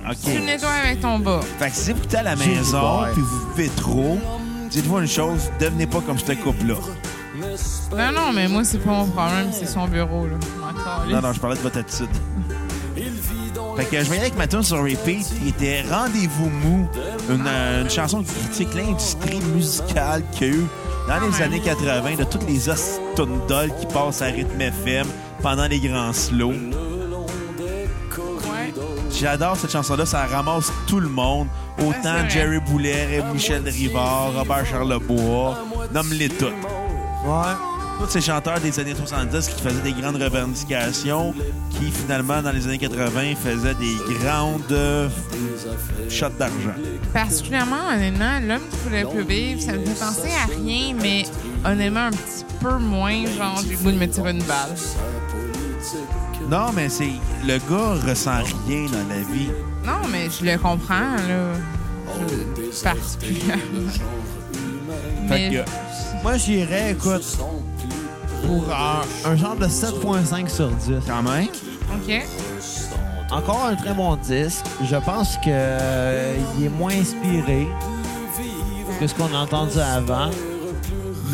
[SPEAKER 1] OK.
[SPEAKER 4] Tu le nettoies avec ton bas.
[SPEAKER 1] Fait que si vous êtes à la
[SPEAKER 2] J'ai
[SPEAKER 1] maison
[SPEAKER 2] du boy.
[SPEAKER 1] puis vous buvez trop, dites-vous une chose, devenez pas comme ce couple-là.
[SPEAKER 4] Non, non, mais moi, c'est pas mon problème, c'est son bureau, là. Je m'en calisse.
[SPEAKER 1] Non, non, je parlais de votre attitude. Fait que je vais y aller avec ma tune sur repeat qui était Rendez-vous mou, une, euh, une chanson qui critique l'industrie musicale qu'il y a eu dans les années 80 de toutes les ostundol qui passent à rythme FM pendant les grands slows.
[SPEAKER 4] Ouais.
[SPEAKER 1] J'adore cette chanson-là, ça ramasse tout le monde.
[SPEAKER 4] c'est
[SPEAKER 1] Autant
[SPEAKER 4] vrai.
[SPEAKER 1] Jerry Boulet, Michel Rivard, Robert Charlebois, nomme-les toutes.
[SPEAKER 2] Ouais.
[SPEAKER 1] tous ces chanteurs des années 70 qui faisaient des grandes revendications, qui finalement, dans les années 80, faisaient des grandes euh, shots d'argent.
[SPEAKER 4] Particulièrement, honnêtement, l'homme qui voulait plus vivre, ça me fait penser à rien, mais honnêtement, un petit peu moins, genre, j'ai le goût de me tirer une balle.
[SPEAKER 1] Non, mais c'est. Le gars ressent rien dans la vie.
[SPEAKER 4] Non, mais je le comprends, là. Je- Particulièrement.
[SPEAKER 1] Fait
[SPEAKER 4] Mais
[SPEAKER 1] que,
[SPEAKER 2] Moi, j'irais, écoute, pour un, un genre de 7,5 sur 10.
[SPEAKER 1] quand même,
[SPEAKER 4] OK.
[SPEAKER 2] Encore un très bon disque. Je pense que euh, il est moins inspiré que ce qu'on a entendu avant.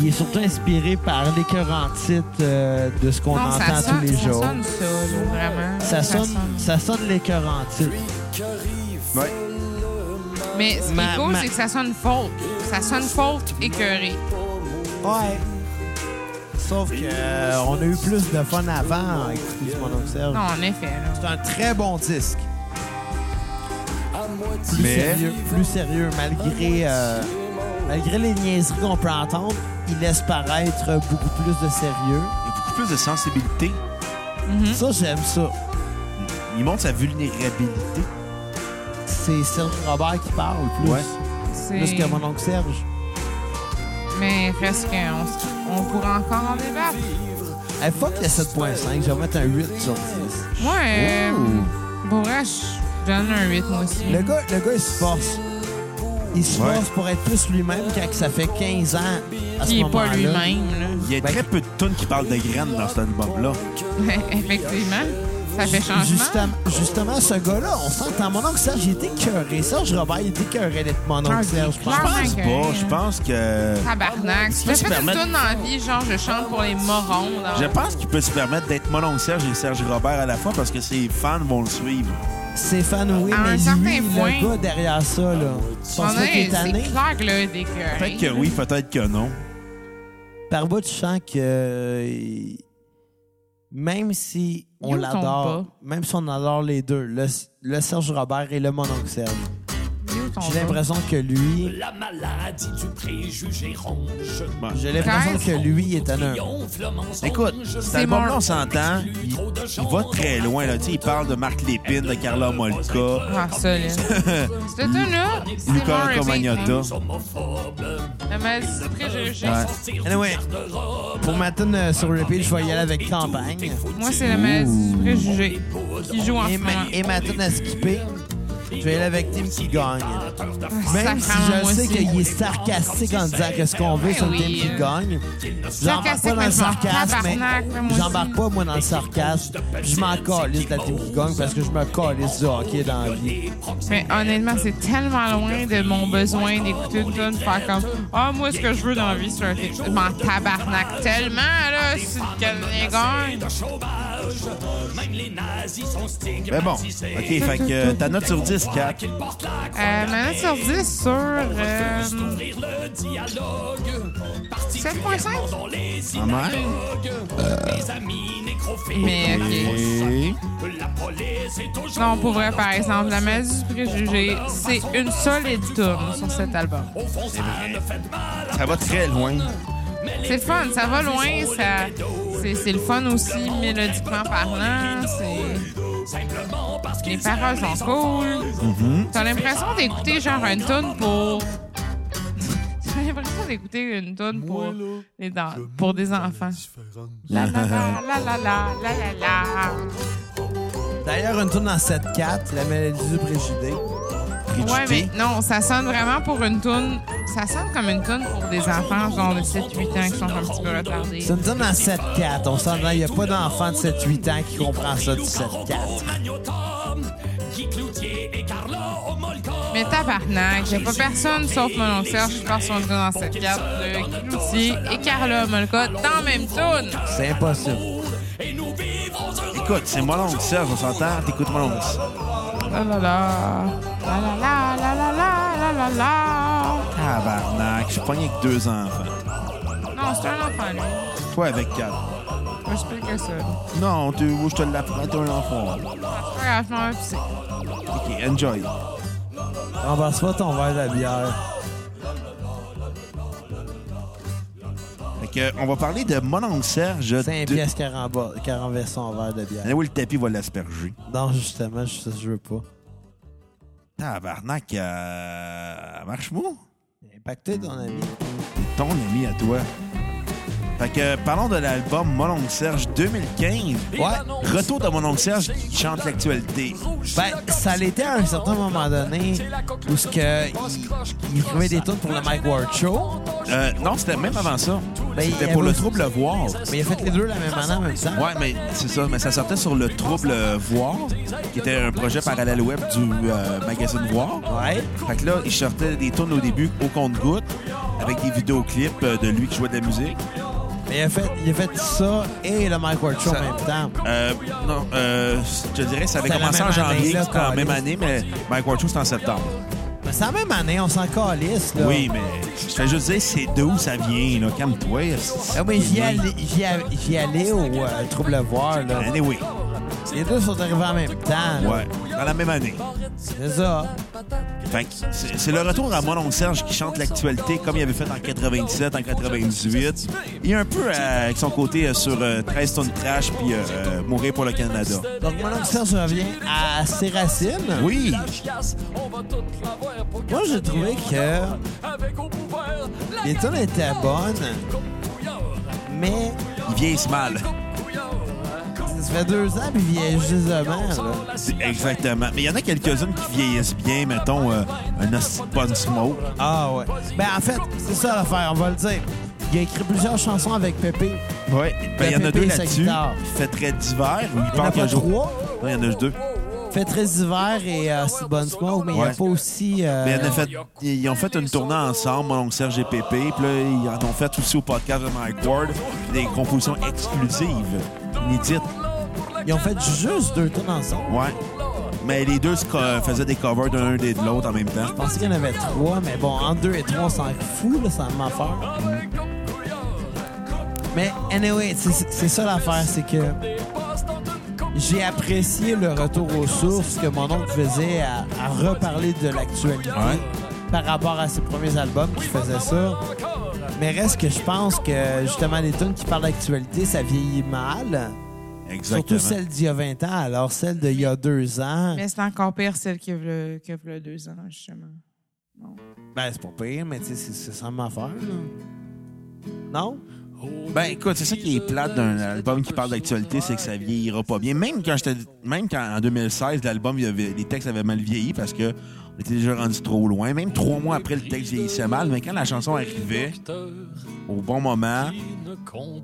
[SPEAKER 2] Il est surtout inspiré par l'écœurant titre euh, de ce qu'on
[SPEAKER 4] Non, ça
[SPEAKER 2] entend tous
[SPEAKER 4] sonne,
[SPEAKER 2] les
[SPEAKER 4] ça
[SPEAKER 2] jours.
[SPEAKER 4] sonne ça, là, vraiment.
[SPEAKER 2] ça sonne, ça sonne l'écœurant titre.
[SPEAKER 1] ouais,
[SPEAKER 4] Mais ce qui
[SPEAKER 2] Ma-
[SPEAKER 4] est cool,
[SPEAKER 2] ma-
[SPEAKER 4] c'est que ça sonne faute. Ça sonne faute écœurée.
[SPEAKER 2] Ouais. Sauf que euh, on a eu plus de fun avant. Excuse mon observe.
[SPEAKER 4] Non, en effet, là.
[SPEAKER 2] C'est un très bon disque. Plus
[SPEAKER 1] Mais-
[SPEAKER 2] sérieux, plus sérieux, malgré, euh, malgré les niaiseries qu'on peut entendre, il laisse paraître beaucoup plus de sérieux.
[SPEAKER 1] il y a beaucoup plus de sensibilité.
[SPEAKER 4] Mhm.
[SPEAKER 2] Ça, j'aime ça.
[SPEAKER 1] Il montre sa vulnérabilité.
[SPEAKER 2] C'est Serge Robert qui parle plus,
[SPEAKER 1] Ouais.
[SPEAKER 2] plus
[SPEAKER 4] C'est...
[SPEAKER 2] que mon oncle Serge.
[SPEAKER 4] Mais reste qu'on s- on pourra encore en débattre.
[SPEAKER 2] Hey, fuck le 7.5, je vais mettre un 8 sur 10.
[SPEAKER 4] Moi, euh, pour vrai, je donne un 8, moi aussi.
[SPEAKER 2] Le gars, le gars il se force. Il se
[SPEAKER 1] Ouais.
[SPEAKER 2] force pour être plus lui-même quand ça fait 15 ans à ce
[SPEAKER 4] Qui est
[SPEAKER 2] moment-là.
[SPEAKER 4] pas lui-même, là.
[SPEAKER 1] Il y a
[SPEAKER 2] Ben-
[SPEAKER 1] très peu de tunes qui parlent de graines dans cet album-là.
[SPEAKER 4] Ben, Effectivement, ça fait changement.
[SPEAKER 2] Justement, justement, ce gars-là, on s'entend. Mon oncle Serge, il était cœuré. Serge Robert, il était cœuré d'être mon
[SPEAKER 4] Ah,
[SPEAKER 2] oncle
[SPEAKER 4] il est
[SPEAKER 2] Serge. je pense.
[SPEAKER 1] Je
[SPEAKER 4] clair.
[SPEAKER 1] pense pas. Je pense que.
[SPEAKER 4] Tabarnak. Si
[SPEAKER 1] se
[SPEAKER 4] tu fais une
[SPEAKER 1] permettre-
[SPEAKER 4] toune dans la vie, genre, je chante pour les morons. là.
[SPEAKER 1] Je pense qu'il peut se permettre d'être mon oncle Serge et Serge Robert à la fois parce que ses fans vont le suivre.
[SPEAKER 2] Stéphane, oui,
[SPEAKER 4] À un
[SPEAKER 2] mais
[SPEAKER 4] certain
[SPEAKER 2] lui,
[SPEAKER 4] point-
[SPEAKER 2] le gars derrière ça, là. Tu penses
[SPEAKER 4] On
[SPEAKER 2] pas
[SPEAKER 4] est-
[SPEAKER 2] qu'il est
[SPEAKER 4] C'est
[SPEAKER 2] tanné?
[SPEAKER 4] clair que là, des cœurs.
[SPEAKER 1] Peut-être que oui, peut-être que non.
[SPEAKER 2] Par bout, tu sens que... euh, il- Même si on
[SPEAKER 4] Ils
[SPEAKER 2] l'adore,
[SPEAKER 4] sont
[SPEAKER 2] même si on adore les deux, le, le Serge Robert et le mon oncle Serge,
[SPEAKER 4] vieux, ton
[SPEAKER 2] J'ai
[SPEAKER 4] gars.
[SPEAKER 2] l'impression que lui.
[SPEAKER 3] La maladie du préjugé ronge.
[SPEAKER 1] Bon.
[SPEAKER 2] J'ai l'impression
[SPEAKER 4] Treize.
[SPEAKER 2] que lui est un.
[SPEAKER 3] Triomphe le mensonge.
[SPEAKER 1] Écoute, cet
[SPEAKER 4] C'est
[SPEAKER 1] album
[SPEAKER 4] mon-
[SPEAKER 1] là on s'entend, il, il va très loin. Là. Tu sais, Il parle de Marc Lépine, de Carla Molka,
[SPEAKER 4] Ah, ça, là. Cette tune-là, c'est mon
[SPEAKER 1] Luca
[SPEAKER 4] repeat,
[SPEAKER 1] Rocamagnata.
[SPEAKER 4] hein. La maladie du préjugé.
[SPEAKER 1] Ouais.
[SPEAKER 2] Anyway, pour ma tune euh, sur repeat, je vais y aller avec Campagne.
[SPEAKER 4] Moi, c'est la maladie du préjugé qui joue en
[SPEAKER 2] Et
[SPEAKER 4] ce moment.
[SPEAKER 2] ma, et ma tune à skipper, je vais y aller avec Tim qui gagne. Même si
[SPEAKER 4] Sacrément,
[SPEAKER 2] je
[SPEAKER 4] moi
[SPEAKER 2] sais
[SPEAKER 4] aussi.
[SPEAKER 2] qu'il est sarcastique en disant que ce qu'on veut
[SPEAKER 4] Eh
[SPEAKER 2] sur le
[SPEAKER 4] oui,
[SPEAKER 2] Tim qui
[SPEAKER 4] euh,
[SPEAKER 2] gagne. J'embarque
[SPEAKER 4] sarcastique,
[SPEAKER 2] pas dans le
[SPEAKER 4] mais je m'en
[SPEAKER 2] sarcasme, mais
[SPEAKER 4] tabarnak, moi aussi.
[SPEAKER 2] j'embarque pas moi dans le sarcasme. Je m'en calisse de la Team qui gagne parce que je me calisse du hockey dans la vie.
[SPEAKER 4] Mais honnêtement, c'est tellement loin de mon besoin d'écouter une tune faire comme Ah, moi, ce que je veux dans la vie, c'est un film. Je m'en tabarnak tellement, là, si le Canadien gagne.
[SPEAKER 1] Mais Ben bon, OK, fait que euh, ta note sur 10, 4.
[SPEAKER 4] Euh, ma note sur 10 sur. euh, 7,5.
[SPEAKER 1] Ma mère.
[SPEAKER 4] Mais, ok.
[SPEAKER 1] Et...
[SPEAKER 4] Non, pour vrai, par exemple, La maladie du préjugé, c'est une solide tune sur cet album.
[SPEAKER 1] Ça va très loin.
[SPEAKER 4] C'est le fun, ça va loin, ça. C'est, c'est le fun aussi, mélodiquement parlant. c'est- Les paroles sont cool. T'as l'impression d'écouter genre une tune pour. T'as l'impression d'écouter une tune pour, les dan- pour des enfants. La la la la la la la la la.
[SPEAKER 2] D'ailleurs, une tourne en 7-4, la maladie du préjugé.
[SPEAKER 4] Ouais, mais
[SPEAKER 1] Préjugé.
[SPEAKER 4] non, ça sonne vraiment pour une tune. Ça sonne comme une tune pour des enfants, genre de 7-8 ans qui sont un petit peu retardés.
[SPEAKER 2] C'est une tourne en 7-4. On s'entend, il n'y a pas d'enfant de 7-8 ans qui comprend ça du 7-4.
[SPEAKER 4] Mais tabarnak, j'ai pas personne sauf mon oncle Serge qui part son jeu dans cette carte de Cloutier et Carla Molka dans la même tune.
[SPEAKER 2] C'est impossible.
[SPEAKER 1] Écoute, c'est mon oncle Serge, on s'entend. T'écoutes mon oncle.
[SPEAKER 4] La la la. La la la la la la la la la.
[SPEAKER 1] Tabarnak, je suis pogné avec deux enfants.
[SPEAKER 4] Non, c'est un enfant, lui.
[SPEAKER 1] Toi avec quatre.
[SPEAKER 4] Moi, je peux que ça.
[SPEAKER 1] Non, tu, je te l'apprends, t'es un enfant.
[SPEAKER 4] C'est pas grave, je m'en vais pisser.
[SPEAKER 1] OK, enjoy.
[SPEAKER 2] Embrasse pas ton verre de bière.
[SPEAKER 1] Fait que, on va parler de mon oncle Serge.
[SPEAKER 2] 5
[SPEAKER 1] de-
[SPEAKER 2] pièces 40 ba- 40 verses son verre de bière.
[SPEAKER 1] Allez, où le tapis va l'asperger.
[SPEAKER 2] Non, justement, je, je veux pas.
[SPEAKER 1] Tabarnak, euh, marche-moi.
[SPEAKER 2] Impacté ton ami.
[SPEAKER 1] ton ami à toi. Fait que parlons de l'album Mon oncle Serge 2015.
[SPEAKER 2] Ouais.
[SPEAKER 1] Retour de Mon oncle Serge qui chante l'actualité.
[SPEAKER 2] Ben, ça l'était à un certain moment donné où ce que il, il trouvait des tunes pour le Mike Ward Show.
[SPEAKER 1] Euh, non, c'était même avant ça.
[SPEAKER 2] Ben, il
[SPEAKER 1] C'était
[SPEAKER 2] avait
[SPEAKER 1] pour le
[SPEAKER 2] aussi-
[SPEAKER 1] trouble voir.
[SPEAKER 2] Mais il a fait les deux la même année en même temps.
[SPEAKER 1] Ouais, mais c'est ça. Mais ça sortait sur le trouble voir, qui était un projet parallèle web du euh, magazine Voir.
[SPEAKER 2] Ouais.
[SPEAKER 1] Fait que là, il sortait des tunes au début au compte-goutte avec des vidéoclips euh, de lui qui jouait de la musique.
[SPEAKER 2] Mais il a fait, il a fait ça et le Mike Ward Show en même temps.
[SPEAKER 1] Euh, non, euh, je dirais ça avait
[SPEAKER 2] C'était la
[SPEAKER 1] commencé en
[SPEAKER 2] même année,
[SPEAKER 1] janvier,
[SPEAKER 2] là,
[SPEAKER 1] c'était en
[SPEAKER 2] câlisse.
[SPEAKER 1] même année, mais Mike Ward Show, c'était en septembre.
[SPEAKER 2] Mais c'est la même année, on s'en calisse, là.
[SPEAKER 1] Oui, mais je fais juste dire, c'est d'où ça vient, là. Calme-toi. c'est-
[SPEAKER 2] Ah oui, j'y allais, j'y allais- j'y allais au euh, Trouble Voir, là.
[SPEAKER 1] Anyway,
[SPEAKER 2] Les deux sont arrivés en même temps. là.
[SPEAKER 1] ouais, dans la même année.
[SPEAKER 2] C'est ça.
[SPEAKER 1] Fait que c'est c'est le retour à mon oncle Serge qui chante l'actualité comme il avait fait en 97, en 98. Et un peu euh, avec son côté euh, sur euh, 13 tonnes trash puis euh, euh, Mourir pour le Canada.
[SPEAKER 2] Donc, mon oncle Serge revient à ses racines.
[SPEAKER 1] Oui,
[SPEAKER 2] Moi, j'ai trouvé que les tunes étaient bonnes, mais
[SPEAKER 1] ils vieillissent mal.
[SPEAKER 2] ça fait deux ans puis il vieillit juste demain, là.
[SPEAKER 1] C'est- Exactement. Mais il y en a quelques-unes qui vieillissent bien, mettons euh, un hostie de Bon Smoke.
[SPEAKER 2] Ah ouais. Ben, en fait, c'est ça l'affaire, on va le dire. Il a écrit plusieurs chansons avec Pépé.
[SPEAKER 1] Ouais. Ben, il y en a
[SPEAKER 2] Pépé
[SPEAKER 1] deux
[SPEAKER 2] et sa
[SPEAKER 1] là-dessus.
[SPEAKER 2] guitare.
[SPEAKER 1] Il fait très divers. Ou il
[SPEAKER 2] Il y en
[SPEAKER 1] parle
[SPEAKER 2] a
[SPEAKER 1] qu'un
[SPEAKER 2] pas
[SPEAKER 1] jour.
[SPEAKER 2] trois.
[SPEAKER 1] Non, il y en a juste deux.
[SPEAKER 2] Fait très hiver et euh, c'est bonne smoke, mais il n'y a
[SPEAKER 1] Ouais.
[SPEAKER 2] pas aussi. euh,
[SPEAKER 1] Mais Ben, en effet, ils ont fait une tournée ensemble, mon oncle Serge et Pépé. Puis là, ils en ont fait aussi au podcast de Mike Ward des compositions exclusives, inédites.
[SPEAKER 2] Ils ont fait juste deux tunes ensemble.
[SPEAKER 1] Ouais. Mais les deux se co- faisaient des covers de l'un et de l'autre en même temps.
[SPEAKER 2] Je pensais qu'il y en avait trois, mais bon, entre deux et trois, on s'en fout, là, ça m'en fait. Mais anyway, c'est- c'est c'est ça l'affaire, c'est que j'ai apprécié le retour aux sources que mon oncle faisait à, à reparler de l'actualité
[SPEAKER 1] Ouais.
[SPEAKER 2] par rapport à ses premiers albums qui faisaient ça. Mais reste que je pense que justement les tunes qui parlent d'actualité, ça vieillit mal.
[SPEAKER 1] Exactement.
[SPEAKER 2] Surtout celle d'il y a 20 ans, alors celle d'il y a deux ans.
[SPEAKER 4] Mais c'est encore pire celle qui a v'là- qui a v'là deux ans, justement.
[SPEAKER 2] Ben, c'est pas pire, mais tu sais, c'est- c'est ça ma affaire, là. Non?
[SPEAKER 1] Ben écoute, c'est ça qui est plate d'un album qui parle d'actualité, c'est que ça vieillira pas bien. Même quand j'étais, même quand en 2016, l'album, il y avait- les textes avaient mal vieilli parce que on était déjà rendu trop loin. Même trois mois après, le texte vieillissait mal, mais quand la chanson arrivait au bon moment,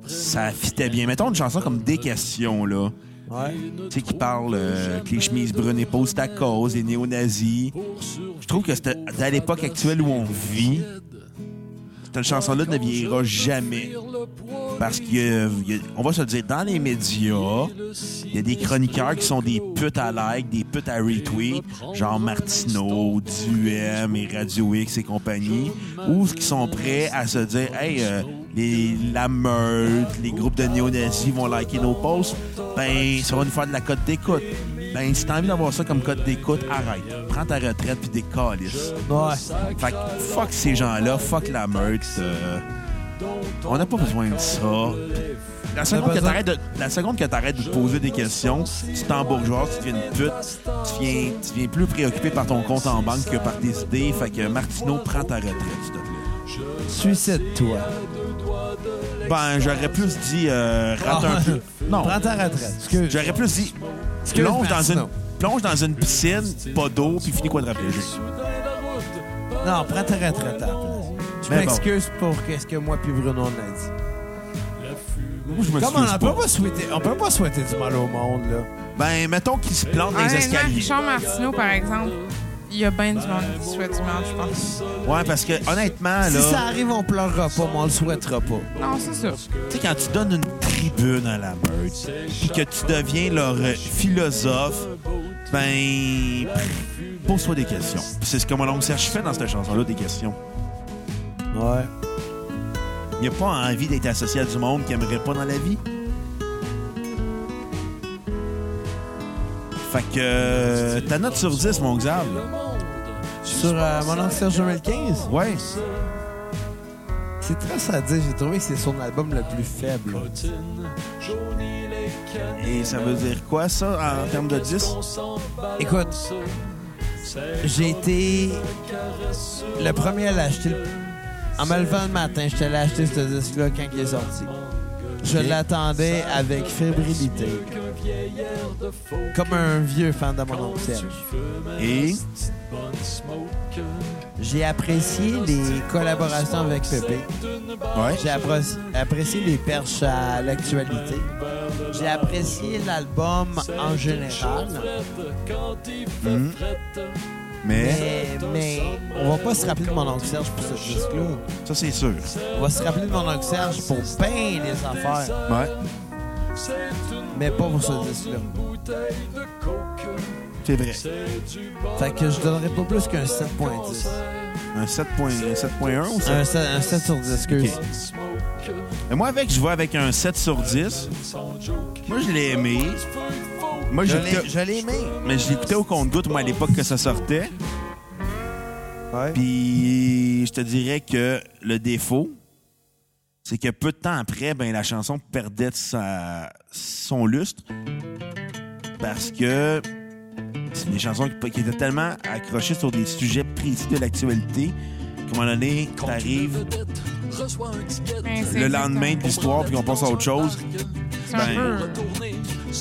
[SPEAKER 1] ça fitait bien. Mettons une chanson comme Des questions là,
[SPEAKER 2] Ouais.
[SPEAKER 1] tu sais qui parle euh, que les chemises brunes et posent à cause, les néo-nazis. Je trouve que c'était à l'époque actuelle où on vit, cette chanson-là ne vieillira jamais. Parce euh, qu'on va se le dire, dans les médias, il y a des chroniqueurs qui sont des putes à like, des putes à retweet, genre Martineau, Duhem et Radio X et compagnie, ou qui sont prêts à se dire, hey, euh, les, la meute, les groupes de néo-nazis vont liker nos posts, ben, ça va nous faire de la cote d'écoute. Ben, si t'as envie d'avoir ça comme cote d'écoute, arrête. Prends ta retraite puis des calices.
[SPEAKER 2] Ouais.
[SPEAKER 1] Fait que fuck ces gens-là, fuck la meute. euh, on n'a pas besoin de ça. La seconde, que
[SPEAKER 2] besoin-
[SPEAKER 1] t'arrêtes de, la seconde que t'arrêtes de te poser des questions, tu t'embourgeois, tu deviens une pute, tu viens, tu viens plus préoccupé par ton compte en banque que par tes idées. Fait que Martineau, prends ta retraite, s'il te plaît.
[SPEAKER 2] Suicide-toi.
[SPEAKER 1] Ben, j'aurais plus dit euh, rate un peu. Non.
[SPEAKER 2] Ah, Prends ta retraite. Excuse.
[SPEAKER 1] J'aurais plus dit
[SPEAKER 2] Excuse,
[SPEAKER 1] plonge dans, une,
[SPEAKER 2] Martineau.
[SPEAKER 1] plonge dans une piscine, pas d'eau, puis finis quadriplégique.
[SPEAKER 2] Non, prends ta retraite à la place. Je
[SPEAKER 1] Mais bon.
[SPEAKER 2] m'excuse pour qu'est-ce que moi puis Bruno on a dit.
[SPEAKER 1] Moi, je me
[SPEAKER 2] Comme on,
[SPEAKER 1] pas.
[SPEAKER 2] on peut pas souhaiter, on peut pas souhaiter du mal au monde là.
[SPEAKER 1] Ben, mettons qu'il se plante dans les
[SPEAKER 4] Honnêtement,
[SPEAKER 1] escaliers.
[SPEAKER 4] Richard Martineau, par exemple, il y a bien du monde qui souhaite du mal, je pense.
[SPEAKER 1] Ouais, parce que honnêtement,
[SPEAKER 2] Si ça
[SPEAKER 1] là,
[SPEAKER 2] arrive, on pleurera pas, mais on le souhaitera pas.
[SPEAKER 4] Non, c'est ça.
[SPEAKER 1] tu sais, quand tu donnes une tribune à la meute, puis que tu deviens leur euh, philosophe, ben, pff, pose-toi des questions. Puis C'est ce que mon oncle Serge fait dans cette chanson-là, des questions.
[SPEAKER 2] Ouais.
[SPEAKER 1] Il a pas envie d'être associé à du monde qu'il aimerait pas dans la vie. Fait que euh, ta note sur 10, mon Xav.
[SPEAKER 2] Sur euh, mon oncle Serge 2015,
[SPEAKER 1] Ouais.
[SPEAKER 2] c'est très à dire. J'ai trouvé que c'est son album le plus faible.
[SPEAKER 1] Et ça veut dire quoi, ça, en termes de 10?
[SPEAKER 2] Écoute, j'ai été le premier à l'acheter. En me levant le matin, je te l'ai acheté ce disque-là quand il est sorti. Je
[SPEAKER 1] Ok.
[SPEAKER 2] l'attendais avec fébrilité. Comme un vieux fan de mon oncle Serge.
[SPEAKER 1] Et.
[SPEAKER 2] J'ai apprécié les collaborations avec Pépé.
[SPEAKER 1] Ouais.
[SPEAKER 2] J'ai appréci- apprécié les perches à l'actualité. J'ai apprécié l'album en général.
[SPEAKER 1] Mhm. Mais.
[SPEAKER 2] Mais, mais on va pas se rappeler de mon oncle Serge pour ce disque-là.
[SPEAKER 1] Ça, c'est sûr.
[SPEAKER 2] On va se rappeler de mon oncle Serge pour bien les affaires,
[SPEAKER 1] Ouais.
[SPEAKER 2] mais pas pour ce disque-là.
[SPEAKER 1] C'est vrai.
[SPEAKER 2] Fait que je donnerais pas plus qu'un 7.10.
[SPEAKER 1] Un 7.1 7.1 ou ça?
[SPEAKER 2] Un, 7 un 7 sur 10, excuse.
[SPEAKER 1] Ok. Mais moi, avec, je vois avec un 7 sur 10. Moi, je l'ai aimé. Moi,
[SPEAKER 2] Je
[SPEAKER 1] j'ai
[SPEAKER 2] l'ai- Je l'ai aimé.
[SPEAKER 1] Mais je l'écoutais au compte-goutte, moi, à l'époque que ça sortait.
[SPEAKER 2] Ouais.
[SPEAKER 1] Puis, je te dirais que le défaut, c'est que peu de temps après, ben, la chanson perdait de sa- son lustre. Parce que c'est des chansons qui, qui étaient tellement accrochées sur des sujets précis de l'actualité qu'à un moment donné, t'arrives
[SPEAKER 4] Ben, c'est
[SPEAKER 1] le lendemain de l'histoire puis qu'on passe à autre chose,
[SPEAKER 4] C'est un,
[SPEAKER 1] ben,
[SPEAKER 4] peu-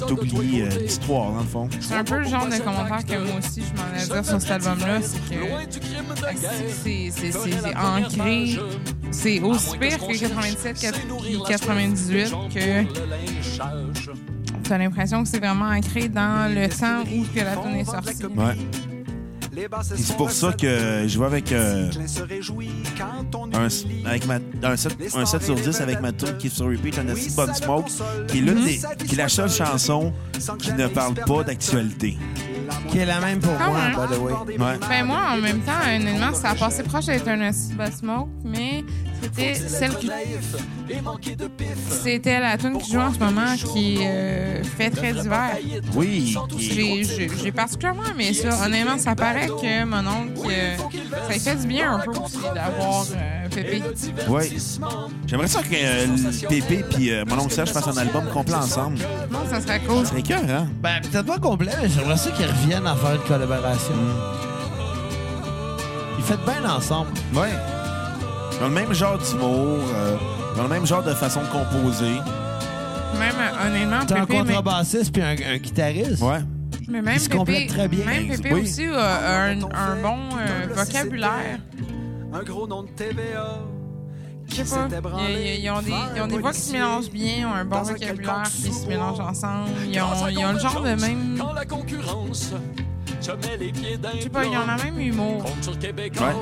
[SPEAKER 1] t'oublies euh, l'histoire, dans le fond.
[SPEAKER 4] c'est un peu le genre de commentaire que moi aussi je m'en ai dire sur cet album-là. C'est que c'est- c'est- c'est c'est- c'est ancré. C'est aussi pire que 97 et 98 que t'as l'impression que c'est vraiment ancré dans le temps où que la tune est sortie.
[SPEAKER 1] Ouais. Puis c'est pour ça que je vois avec euh, un, avec ma, un, 7, un 7 sur 10 avec ma tune qui est sur repeat, un assis Bob Smoke, qui est, l'une des- qui est la seule chanson qui ne parle pas d'actualité.
[SPEAKER 2] Qui est la même pour
[SPEAKER 4] Ah
[SPEAKER 2] moi,
[SPEAKER 4] ouais.
[SPEAKER 2] by the way.
[SPEAKER 1] Ouais.
[SPEAKER 4] Ben moi, en même temps, honnêtement, ça a passé proche d'être un acide Smoke, mais c'est c'était celle qui. C'était la tune qui joue en ce moment qui euh, fait très d'hiver.
[SPEAKER 1] Oui,
[SPEAKER 4] J'ai- J'ai j'ai particulièrement aimé ça. Honnêtement, ça paraît que mon oncle, euh, ça lui fait du bien un peu aussi d'avoir euh, Pépé.
[SPEAKER 1] oui. J'aimerais ça que euh, le Pépé puis euh, mon oncle Serge fassent un album complet ensemble.
[SPEAKER 4] Non, ça serait cool.
[SPEAKER 1] C'est cœur, hein?
[SPEAKER 2] Ben, peut-être pas complet, mais j'aimerais ça qu'ils reviennent à faire une collaboration.
[SPEAKER 1] Mm.
[SPEAKER 2] Ils fêtent bien ensemble.
[SPEAKER 1] Ouais. Dans le même genre d'humour, euh, dans le même genre de façon de composer.
[SPEAKER 4] Même, euh, honnêtement,
[SPEAKER 2] T'as un
[SPEAKER 4] Pépé. mais-
[SPEAKER 2] contrebassiste puis un, un guitariste.
[SPEAKER 1] Ouais.
[SPEAKER 4] Mais même
[SPEAKER 2] Ils se
[SPEAKER 4] Pépé,
[SPEAKER 2] complètent très bien.
[SPEAKER 4] même Pépé
[SPEAKER 1] Oui.
[SPEAKER 4] aussi a a un, un bon euh, vocabulaire.
[SPEAKER 5] Un gros nom de TVA.
[SPEAKER 4] Je sais pas. Ils, ils- ils ont des, ils ont des voix qui se mélangent bien, ils ont un bon vocabulaire, puis ils se mélangent ensemble. Ils ont, ils ont le genre de même.
[SPEAKER 5] Quand la concurrence, je mets les pieds d'un
[SPEAKER 4] Je sais pas, ils ont le même humour.
[SPEAKER 5] Compte sur Québécois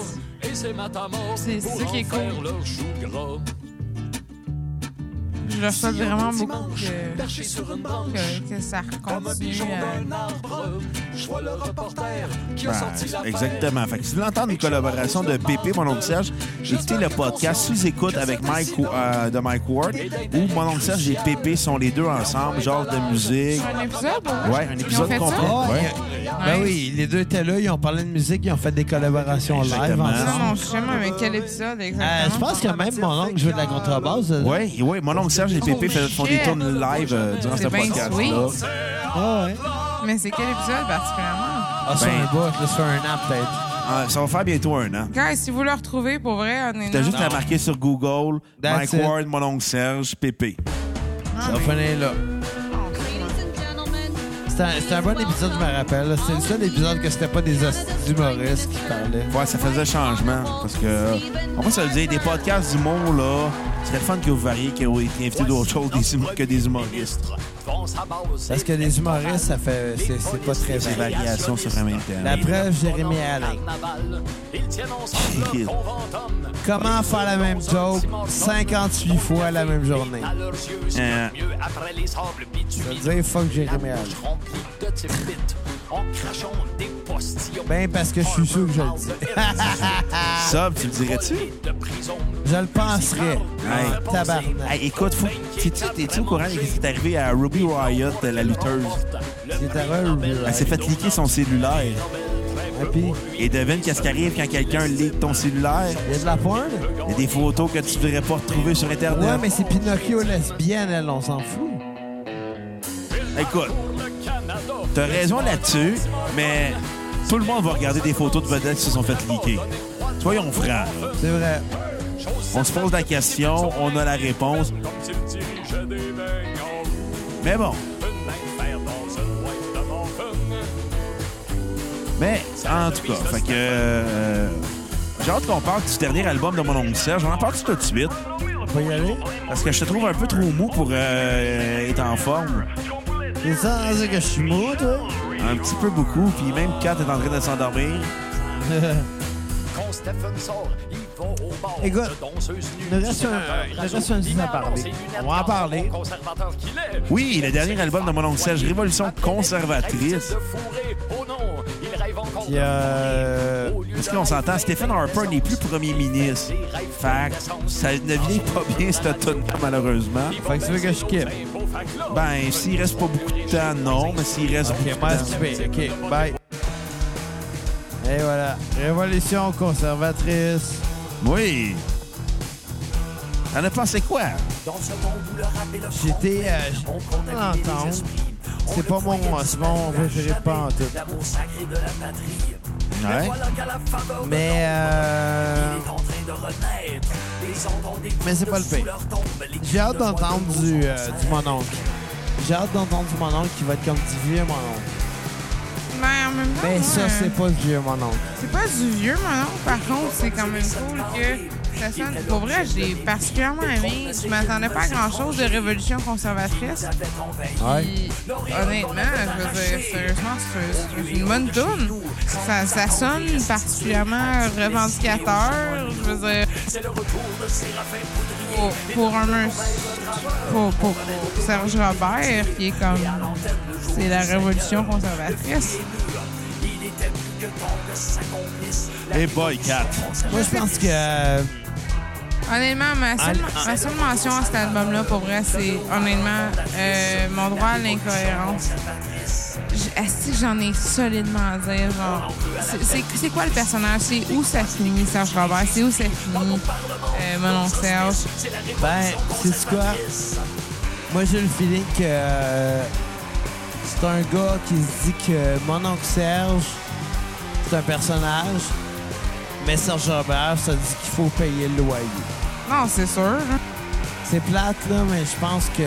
[SPEAKER 5] et c'est Matamor
[SPEAKER 4] C'est- c'est
[SPEAKER 5] pour
[SPEAKER 4] ça qui est
[SPEAKER 5] en faire
[SPEAKER 4] cool.
[SPEAKER 5] leur chou gras.
[SPEAKER 4] Je leur souhaite vraiment beaucoup que,
[SPEAKER 5] Perché sur une branche,
[SPEAKER 4] que, que ça
[SPEAKER 5] comme un
[SPEAKER 4] continue.
[SPEAKER 5] pigeon
[SPEAKER 4] euh,
[SPEAKER 5] d'un arbre, je vois le reporter qui a
[SPEAKER 1] Ben,
[SPEAKER 5] sorti la
[SPEAKER 1] exactement. Fait que si vous voulez entendre une collaboration de Pépé, mon oncle Serge, écoutez le podcast sous-écoute avec Mike euh, de Mike Ward, où mon oncle Serge et Pépé sont les deux ensemble, genre de musique.
[SPEAKER 4] un épisode,
[SPEAKER 1] Ouais, un épisode
[SPEAKER 4] fait ça?
[SPEAKER 1] complet.
[SPEAKER 2] Ah,
[SPEAKER 1] Ouais.
[SPEAKER 2] il y a- Ben oui, les deux étaient là, ils ont parlé de musique, ils ont fait des collaborations live
[SPEAKER 1] Exactement.
[SPEAKER 4] Non,
[SPEAKER 2] ensemble.
[SPEAKER 4] non, je sais même mais quel épisode
[SPEAKER 2] Ah. Euh,
[SPEAKER 4] exactement.
[SPEAKER 2] je pense que même mon oncle joue de la contrebasse. euh,
[SPEAKER 1] Ouais, et ouais, mon oncle Serge et Pépé fait- font des tournes live euh, durant
[SPEAKER 4] C'est
[SPEAKER 1] ce
[SPEAKER 4] bien
[SPEAKER 1] podcast-là.
[SPEAKER 2] Ah ouais.
[SPEAKER 4] Mais c'est quel épisode particulièrement?
[SPEAKER 2] Ah, c'est
[SPEAKER 1] Ben.
[SPEAKER 2] un bout, là, c'est un an peut-être.
[SPEAKER 1] Ah, ça va faire bientôt un an.
[SPEAKER 4] Guys, si vous le retrouvez, pour vrai, honnêtement...
[SPEAKER 1] T'as juste à marquer sur Google
[SPEAKER 2] That's
[SPEAKER 1] Mike
[SPEAKER 2] it.
[SPEAKER 1] Ward, mon oncle Serge, Pépé.
[SPEAKER 2] Ça va finir là. C'était un, c'était un bon épisode, je me rappelle. là. C'était le seul épisode que c'était pas des hosties d'humoristes qui parlaient.
[SPEAKER 1] Ouais, ça faisait changement. Parce que, on va se le dire, des podcasts d'humour, là, c'est le fun que vous variez, que vous étiez invité d'autres choses des humo- que des humoristes.
[SPEAKER 2] Parce que les humoristes, ça fait. C'est c'est pas très
[SPEAKER 1] Des
[SPEAKER 2] varié.
[SPEAKER 1] variations sur le même thème.
[SPEAKER 2] La preuve, Jérémy Alain.
[SPEAKER 1] Chill.
[SPEAKER 2] Comment faire la même joke 58 fois la même journée?
[SPEAKER 1] Euh,
[SPEAKER 2] Je veux dire, fuck Jérémy Alain. Ben, parce que je suis sûr que je le dis.
[SPEAKER 1] Sub, tu le dirais-tu?
[SPEAKER 2] Je le penserais.
[SPEAKER 1] Ouais.
[SPEAKER 2] Tabarnak.
[SPEAKER 1] Hey, écoute, faut... t'es-tu t'es-tu au courant de ce qui est arrivé à Ruby Riot, euh, la lutteuse?
[SPEAKER 2] C'est terreur ou
[SPEAKER 1] Elle s'est fait liquer son cellulaire.
[SPEAKER 2] hein. puis,
[SPEAKER 1] Et devine qu'est-ce qui arrive quand quelqu'un lique ton cellulaire?
[SPEAKER 2] il y a de la pointe?
[SPEAKER 1] Il y a des photos que tu voudrais pas retrouver sur Internet.
[SPEAKER 2] Ouais, mais c'est Pinocchio lesbienne, elle, on s'en fout.
[SPEAKER 1] Écoute, t'as raison là-dessus, mais tout le monde va regarder des photos de vedettes qui se sont fait leaker. Soyons francs.
[SPEAKER 2] C'est vrai.
[SPEAKER 1] On se pose la question, on a la réponse. Mais bon. Mais en tout cas, fait que. euh, J'ai hâte qu'on parle du dernier album de mon oncle Serge. On en parle tout de suite.
[SPEAKER 2] On peut y aller?
[SPEAKER 1] Parce que je te trouve un peu trop mou pour euh, être en forme.
[SPEAKER 2] C'est ça, on dit que je suis mou, toi?
[SPEAKER 1] Un petit peu beaucoup, puis même Kat est en train de s'endormir.
[SPEAKER 2] Écoute, il nous reste un- il nous reste un dix à parler. On va en parler.
[SPEAKER 1] Oui, le dernier album de mon oncle Serge, Révolution conservatrice.
[SPEAKER 6] Oh
[SPEAKER 2] Puis, euh.
[SPEAKER 1] Parce qu'on s'entend, Stephen Harper n'est plus premier ministre. Fait que ça ne vient pas bien, cette tonne malheureusement.
[SPEAKER 2] Fait que tu veux que je kiffe?
[SPEAKER 1] Ben, s'il reste pas beaucoup de temps, non, mais s'il reste
[SPEAKER 2] Ok,
[SPEAKER 1] beaucoup
[SPEAKER 2] moi,
[SPEAKER 1] de temps.
[SPEAKER 2] stupé. Ok, bye. Et voilà. Révolution conservatrice.
[SPEAKER 1] Oui. T'en as pensé quoi?
[SPEAKER 2] J'étais. Euh, j'étais content d'entendre. c'est pas mon. C'est mon préféré pas en tout.
[SPEAKER 1] Ouais.
[SPEAKER 2] Mais. Euh, mais c'est pas le pire. J'ai hâte d'entendre du, euh, du mononcle. J'ai hâte d'entendre du mononcle qui va être comme du vieux mononcle.
[SPEAKER 4] Mais en même temps,
[SPEAKER 2] Ben, ça,
[SPEAKER 4] euh,
[SPEAKER 2] c'est pas du vieux mononcle.
[SPEAKER 4] c'est pas du vieux, mon oncle. Par contre, c'est quand même cool que ça sonne... Pour vrai, j'ai particulièrement aimé. Je m'attendais pas à grand-chose de Révolution conservatrice. Puis, honnêtement, je veux dire, sérieusement, c'est- c'est une bonne tune. Ça, ça sonne particulièrement revendicateur. Je veux dire, pour, pour un mus- pour, pour Serge Robert, qui est comme. C'est la révolution conservatrice.
[SPEAKER 1] Hey boy, Kat. Eh,
[SPEAKER 2] Moi, je pense que. euh,
[SPEAKER 4] Honnêtement, ma seule, ma seule mention à cet album-là, pour vrai, c'est honnêtement euh, mon droit à l'incohérence. J- Asti, j'en ai solidement à dire. genre. C'est- C'est c'est quoi le personnage? C'est où ça finit, Serge Robert? C'est où ça finit, euh, Manon Serge?
[SPEAKER 2] Ben, c'est quoi? Moi, j'ai le feeling que euh, c'est un gars qui se dit que mon oncle Serge, c'est un personnage, mais Serge Robert, ça dit qu'il faut payer le loyer.
[SPEAKER 4] Non, c'est sûr. hein. là.
[SPEAKER 2] C'est plate, là, mais je pense que.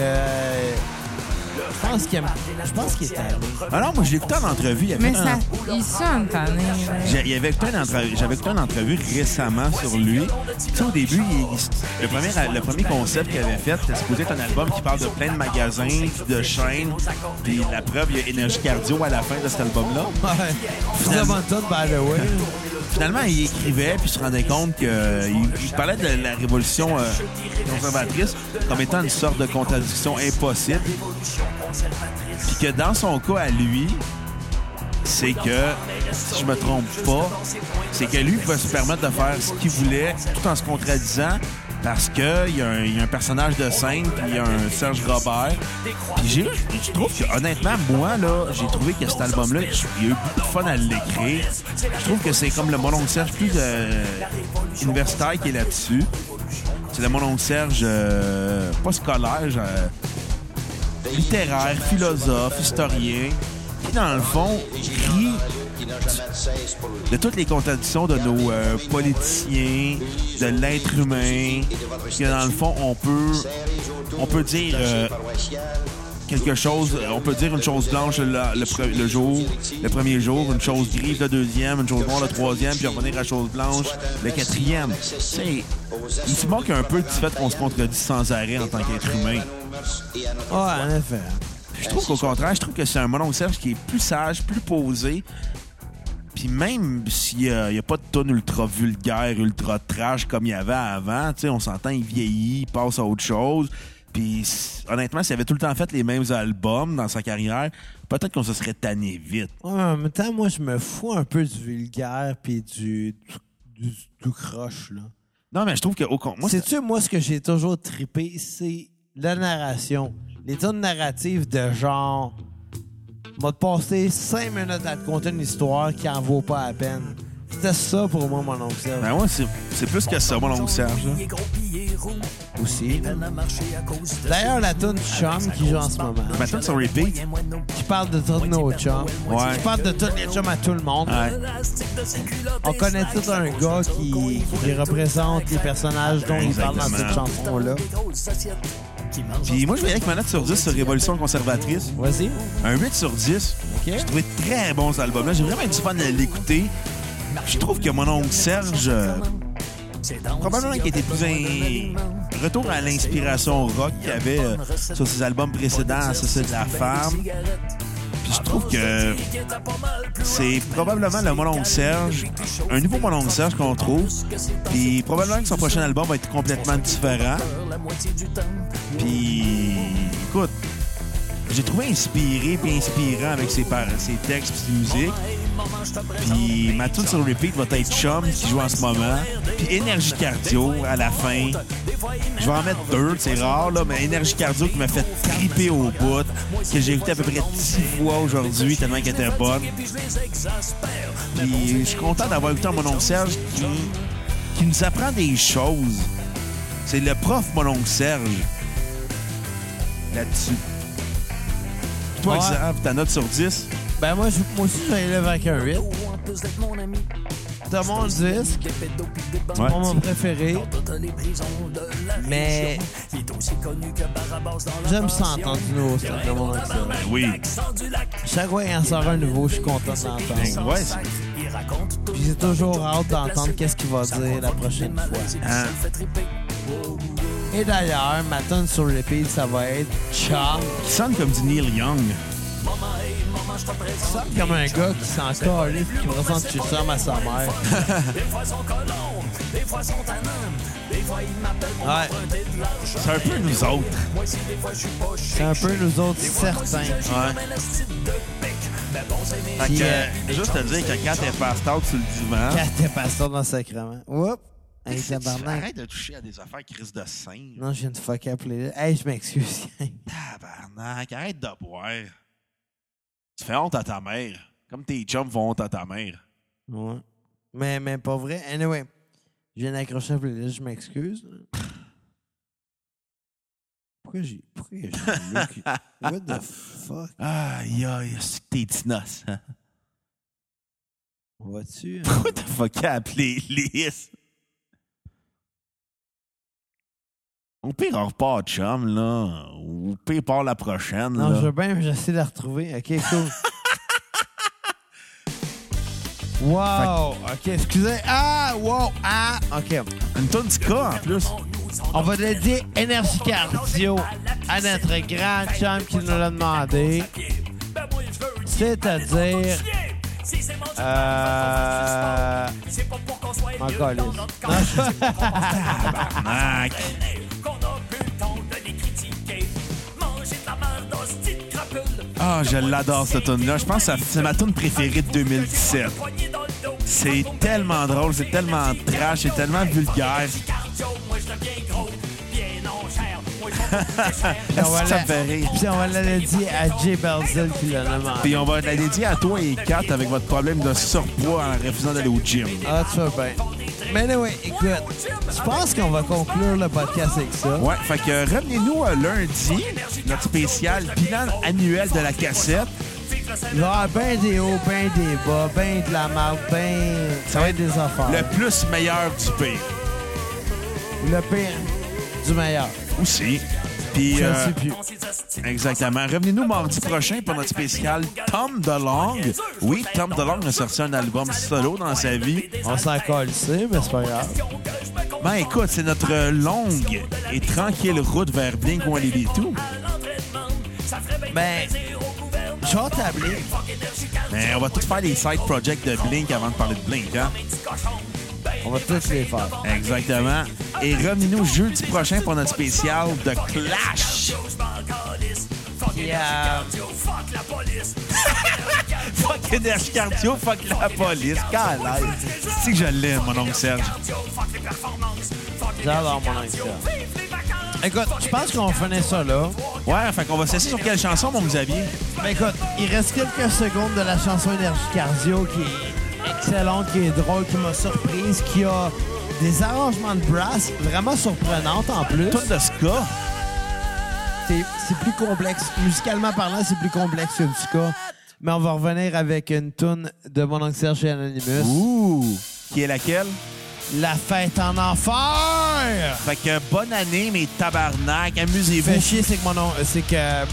[SPEAKER 2] Je pense qu'il aime- Je pense qu'il est allé.
[SPEAKER 1] Ah non, moi, je l'ai écouté en entrevue. Il y avait
[SPEAKER 4] Mais
[SPEAKER 1] un-
[SPEAKER 4] ça, il sonne tanné. là.
[SPEAKER 1] J'ai- il y avait écouté une entrevue- J'avais écouté une entrevue récemment sur lui. Tu sais, au début, il- il- le, premier, le premier concept qu'il avait fait, c'était supposé être un album qui parle de plein de magasins, de chaînes. Puis la preuve, il y a Énergie Cardio à la fin de cet album-là.
[SPEAKER 2] Ouais. Vous avez un ton, by the way.
[SPEAKER 1] Finalement, il écrivait, puis il se rendait compte qu'il parlait de la révolution euh, conservatrice comme étant une sorte de contradiction impossible. Puis que dans son cas à lui, c'est que, si je me trompe pas, c'est que lui pouvait se permettre de faire ce qu'il voulait tout en se contradisant parce qu'il y, a un- il y a un personnage de scène, puis il y a un Serge Robert. Puis j'ai- je trouve que, honnêtement, moi, là, j'ai trouvé que cet album-là, il y a eu beaucoup de fun à l'écrire. Je trouve que c'est comme le Mon Oncle Serge plus euh, universitaire qui est là-dessus. C'est le Mon Oncle Serge, euh, pas scolaire, euh, littéraire, philosophe, historien, qui, dans le fond, rit de toutes les contradictions de nos euh, politiciens, de l'être humain, que dans le fond, on peut, on peut dire euh, quelque chose, euh, on peut dire une chose blanche la- le, pre- le jour, le premier jour, une chose grise le deuxième, une chose noire le troisième, puis revenir à la chose blanche le quatrième. Tu sais, il se moque un peu du fait qu'on se contredit sans arrêt en tant qu'être humain.
[SPEAKER 2] Ouais, en effet.
[SPEAKER 1] Je trouve qu'au contraire, je trouve que c'est un Monon Serge qui est plus sage, plus posé. Puis même s'il n'y a pas de tonne ultra vulgaire, ultra trash comme il y avait avant, tu sais, on s'entend, il vieillit, il passe à autre chose. Puis s- honnêtement, s'il avait tout le temps fait les mêmes albums dans sa carrière, peut-être qu'on se serait tanné vite.
[SPEAKER 2] Ouais, mais en même temps, moi, je me fous un peu du vulgaire puis du, du, du- du croche, là.
[SPEAKER 1] Non, mais je trouve que au con- moi, c'est
[SPEAKER 2] Sais-tu, moi, ce que j'ai toujours trippé, c'est la narration. Les tonnes narratives de genre. m'a passé cinq minutes à te conter une histoire qui en vaut pas la peine. C'était ça pour moi, mon oncle Serge.
[SPEAKER 1] ben ouais, c'est c'est plus que ça, Monon
[SPEAKER 2] Hein?
[SPEAKER 1] Serge. là.
[SPEAKER 2] aussi. D'ailleurs, la tune Chum qui joue en ce moment,
[SPEAKER 1] Maintenant, sur repeat.
[SPEAKER 2] qui parle de tous nos chums,
[SPEAKER 1] Ouais.
[SPEAKER 2] qui parle de tous les chums à tout le monde.
[SPEAKER 1] Ouais.
[SPEAKER 2] On connaît tout un gars qui, qui représente les personnages dont il parle dans
[SPEAKER 1] Exactement.
[SPEAKER 2] cette chanson-là.
[SPEAKER 1] Puis moi, je verrais que ma note sur 10 sur Révolution conservatrice,
[SPEAKER 2] Vas-y.
[SPEAKER 1] un 8 sur 10.
[SPEAKER 2] OK?
[SPEAKER 1] J'ai trouvé très bons albums album. Là, j'ai vraiment du fun à l'écouter. Je trouve que mon oncle Serge, euh, probablement qu'il était plus un retour à l'inspiration rock qu'il y avait euh, sur ses albums précédents, sur ceux de la femme. Puis je trouve que c'est probablement le mon oncle Serge, un nouveau mon oncle Serge qu'on trouve. Puis probablement que son prochain album va être complètement différent. Puis écoute, j'ai trouvé inspiré puis inspirant avec ses, par- ses textes puis ses musiques. Puis ma tune sur repeat va être Chum qui joue en ce moment. Puis Énergie Cardio à la fin. Je vais en mettre deux, c'est rare, là, mais Énergie Cardio qui m'a fait triper au bout, que j'ai écouté à peu près 10 fois aujourd'hui tellement qu'elle était bonne. Puis je suis content d'avoir écouté mon oncle Serge qui, qui nous apprend des choses. C'est le prof, mon oncle Serge, là-dessus. Toi,
[SPEAKER 2] Ouais.
[SPEAKER 1] Xav, ta note sur 10?
[SPEAKER 2] Ben moi, je- moi aussi, je vais aller avec un 8. T'as mon disque,
[SPEAKER 1] Ouais.
[SPEAKER 2] mon mon préféré. Mais j'aime ça entendre du nouveau stock de mon oncle Serge.
[SPEAKER 1] Oui.
[SPEAKER 2] Chaque fois qu'il en sort un nouveau, je suis content d'entendre.
[SPEAKER 1] Ben, Ouais, c'est-
[SPEAKER 2] Puis j'ai toujours hâte d'entendre qu'est-ce qu'il va dire la prochaine fois.
[SPEAKER 1] hein.
[SPEAKER 2] Et d'ailleurs, ma tune sur repeat, ça va être Chum.
[SPEAKER 1] Il sonne comme du Neil Young.
[SPEAKER 2] Ça sonne comme un gars qui s'en calisse et qui présente chez Chum à sa mère. Ouais,
[SPEAKER 1] C'est un peu nous autres.
[SPEAKER 2] c'est un peu nous autres certains.
[SPEAKER 1] Ouais. Fait
[SPEAKER 2] Puis,
[SPEAKER 1] que,
[SPEAKER 2] euh,
[SPEAKER 1] juste te dire que quand t'es passed out sur le divan,
[SPEAKER 2] Quand t'es pasteur dans le sacrement. Oups. Hey,
[SPEAKER 1] C'est-
[SPEAKER 2] tabarnak.
[SPEAKER 1] Arrête de toucher à des affaires crise de singe.
[SPEAKER 2] Non, je viens de fuck up les... Hey, je m'excuse.
[SPEAKER 1] Tabarnak, arrête de boire. Tu fais honte à ta mère. Comme tes chums font honte à ta mère.
[SPEAKER 2] ouais. Mais, mais pas vrai. Anyway, je viens d'accrocher la playlist, je m'excuse. Pourquoi j'ai... Pourquoi j'ai... Look... What the fuck?
[SPEAKER 1] Aïe, aïe, c'est que t'es tinos. hein.
[SPEAKER 2] On va-tu... euh,
[SPEAKER 1] Pourquoi t'as fucké à appeler Lys? Au pire, on repart, chum, là. Au pire, part la prochaine,
[SPEAKER 2] Non,
[SPEAKER 1] là.
[SPEAKER 2] je veux bien, mais j'essaie de la retrouver. OK, cool. wow! OK, excusez. Ah! Wow! Ah! OK.
[SPEAKER 1] Une tonne du cas, en plus.
[SPEAKER 2] On va dédier énergie cardio à notre grand chum qui nous l'a demandé. C'est-à-dire... Euh... M'en calisse. Non,
[SPEAKER 1] Mac. Ah, je l'adore, cette tune-là. Je pense que c'est ma tune préférée de 2017. C'est tellement drôle, c'est tellement trash, c'est tellement vulgaire.
[SPEAKER 2] Puis on va
[SPEAKER 1] Ça
[SPEAKER 2] Ah, la-
[SPEAKER 1] me fait rire.
[SPEAKER 2] Puis on va la dédier à Jay Belzil qui l'a demandé.
[SPEAKER 1] Puis on va la dédier à toi et Kat avec votre problème de surpoids en refusant d'aller au gym.
[SPEAKER 2] Ah, tu fais bien. Mais anyway, écoute, je pense qu'on va conclure le podcast avec ça.
[SPEAKER 1] Ouais, fait que revenez-nous euh, lundi, notre spécial bilan annuel de la cassette.
[SPEAKER 2] Il va y avoir ben des hauts, ben des bas, ben de la marque, ben... Ça va être des affaires.
[SPEAKER 1] Le plus meilleur du pire.
[SPEAKER 2] Le pire du meilleur.
[SPEAKER 1] Aussi. Puis,
[SPEAKER 2] Je ne
[SPEAKER 1] euh,
[SPEAKER 2] sais plus.
[SPEAKER 1] exactement. Revenez-nous mardi prochain pour notre spécial Tom DeLonge. Oui, Tom DeLonge a sorti un album solo dans sa vie.
[SPEAKER 2] On s'en colle ici, mais c'est pas grave.
[SPEAKER 1] Ben écoute, c'est notre euh, longue et tranquille route vers Blink One tout.
[SPEAKER 2] Ben, genre tablé.
[SPEAKER 1] Mais on va tous faire des side projects de Blink avant de parler de Blink, hein?
[SPEAKER 2] On va tous les faire.
[SPEAKER 1] Exactement. Et revenez-nous jeudi prochain pour notre spécial de Clash.
[SPEAKER 2] Puis, euh,
[SPEAKER 1] Fuck Energy Cardio, fuck la police. Calais. C'est que je l'aime, mon oncle Serge.
[SPEAKER 2] j'adore mon anxiété. Écoute, je pense qu'on finit ça là.
[SPEAKER 1] Ouais, fait qu'on va cesser sur quelle chanson, mon Xavier?
[SPEAKER 2] Ben écoute, il reste quelques secondes de la chanson Énergie Cardio qui est excellente, qui est drôle, qui m'a surprise, qui a des arrangements de brass vraiment surprenantes en plus.
[SPEAKER 1] Tout de ska.
[SPEAKER 2] C'est c'est plus complexe. Musicalement parlant, c'est plus complexe que du ska. Mais on va revenir avec une toune de mon oncle Serge et Anonymous.
[SPEAKER 1] Ouh! Qui est laquelle?
[SPEAKER 2] La fête en enfer!
[SPEAKER 1] Fait que bonne année, mes tabarnak.
[SPEAKER 2] fait
[SPEAKER 1] Amusez-vous.
[SPEAKER 2] chier, c'est que mon nom, euh, c'est que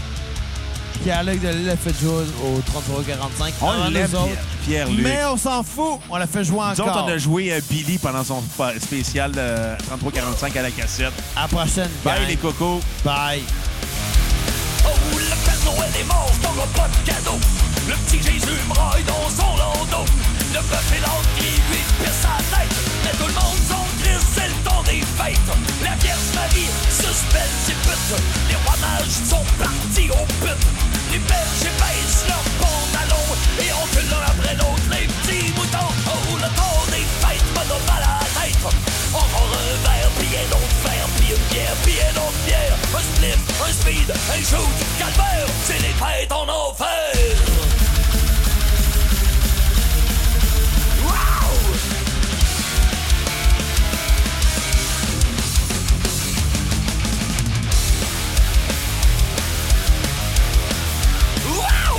[SPEAKER 2] Pierre-Luc de Lille l'a fait jouer au 33-45.
[SPEAKER 1] On l'aime, Pierre- Pierre-Luc.
[SPEAKER 2] Mais on s'en fout, on l'a fait jouer
[SPEAKER 1] Nous autres,
[SPEAKER 2] encore.
[SPEAKER 1] on a joué euh, Billy pendant son spa- spécial euh, 33-45 à la cassette.
[SPEAKER 2] À la prochaine.
[SPEAKER 1] Bye,
[SPEAKER 2] gang.
[SPEAKER 1] les cocos.
[SPEAKER 2] Bye.
[SPEAKER 6] Oh, le Père Noël est mort, t'auras pas de cadeau. Le petit Jésus braille dans son landau. Le bœuf et l'âne qui lui pisse sa tête. Mais tout le monde s'en crisse, c'est le temps des fêtes. La Vierge Marie suspend ses putes. Les rois mages sont partis aux putes. Les belges épaissent leurs pantalons et enculent l'un après l'autre les petits moutons. Oh, le temps des fêtes me donne mal à la tête. Encore un verre, puis un autre verre, puis une bière, puis un autre bière. Un slip, un speed, un shoot, calvaire, c'est les fêtes en enfer. Wow! Wow!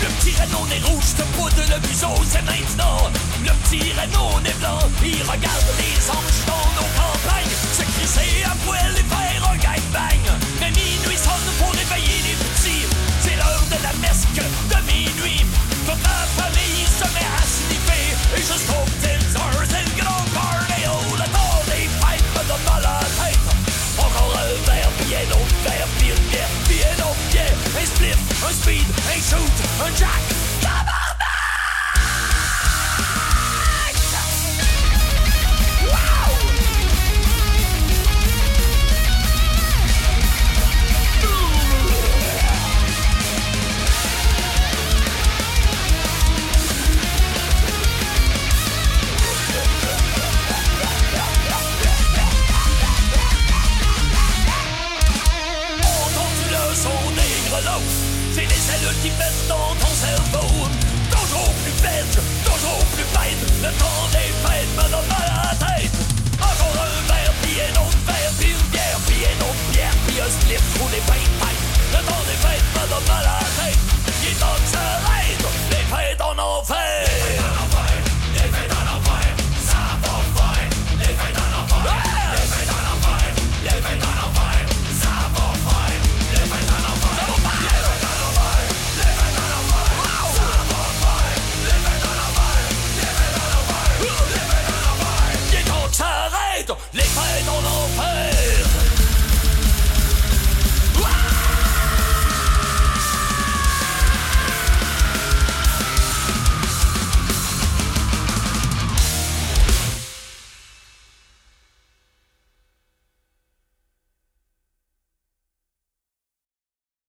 [SPEAKER 6] Le petit Renault n'est rouge, te poudre le museau, c'est maintenant. Le petit Renault n'est blanc, il regarde les anges dans nos campagnes. Se crisser à poil et faire un gangbang. Mais minuit sonne pour réveiller les petits. C'est l'heure de la mesque de minuit. Toute la famille se met à sniffer. Et jusqu'au 10 heures, c'est le grand carnet. Oh, le temps des fêtes me donne mal à la tête. Encore un verre, puis un autre verre, puis une bière, puis un autre bière. Un split, un speed, un shoot, un jack. Tabarnak! Wow! molle qui pèse dans ton cerveau. Toujours plus bête, toujours plus bête. Le temps des fêtes me donne mal à la tête. Encore un verre, puis un autre verre, puis une bière, puis un autre bière, puis un slip, ou des pipes,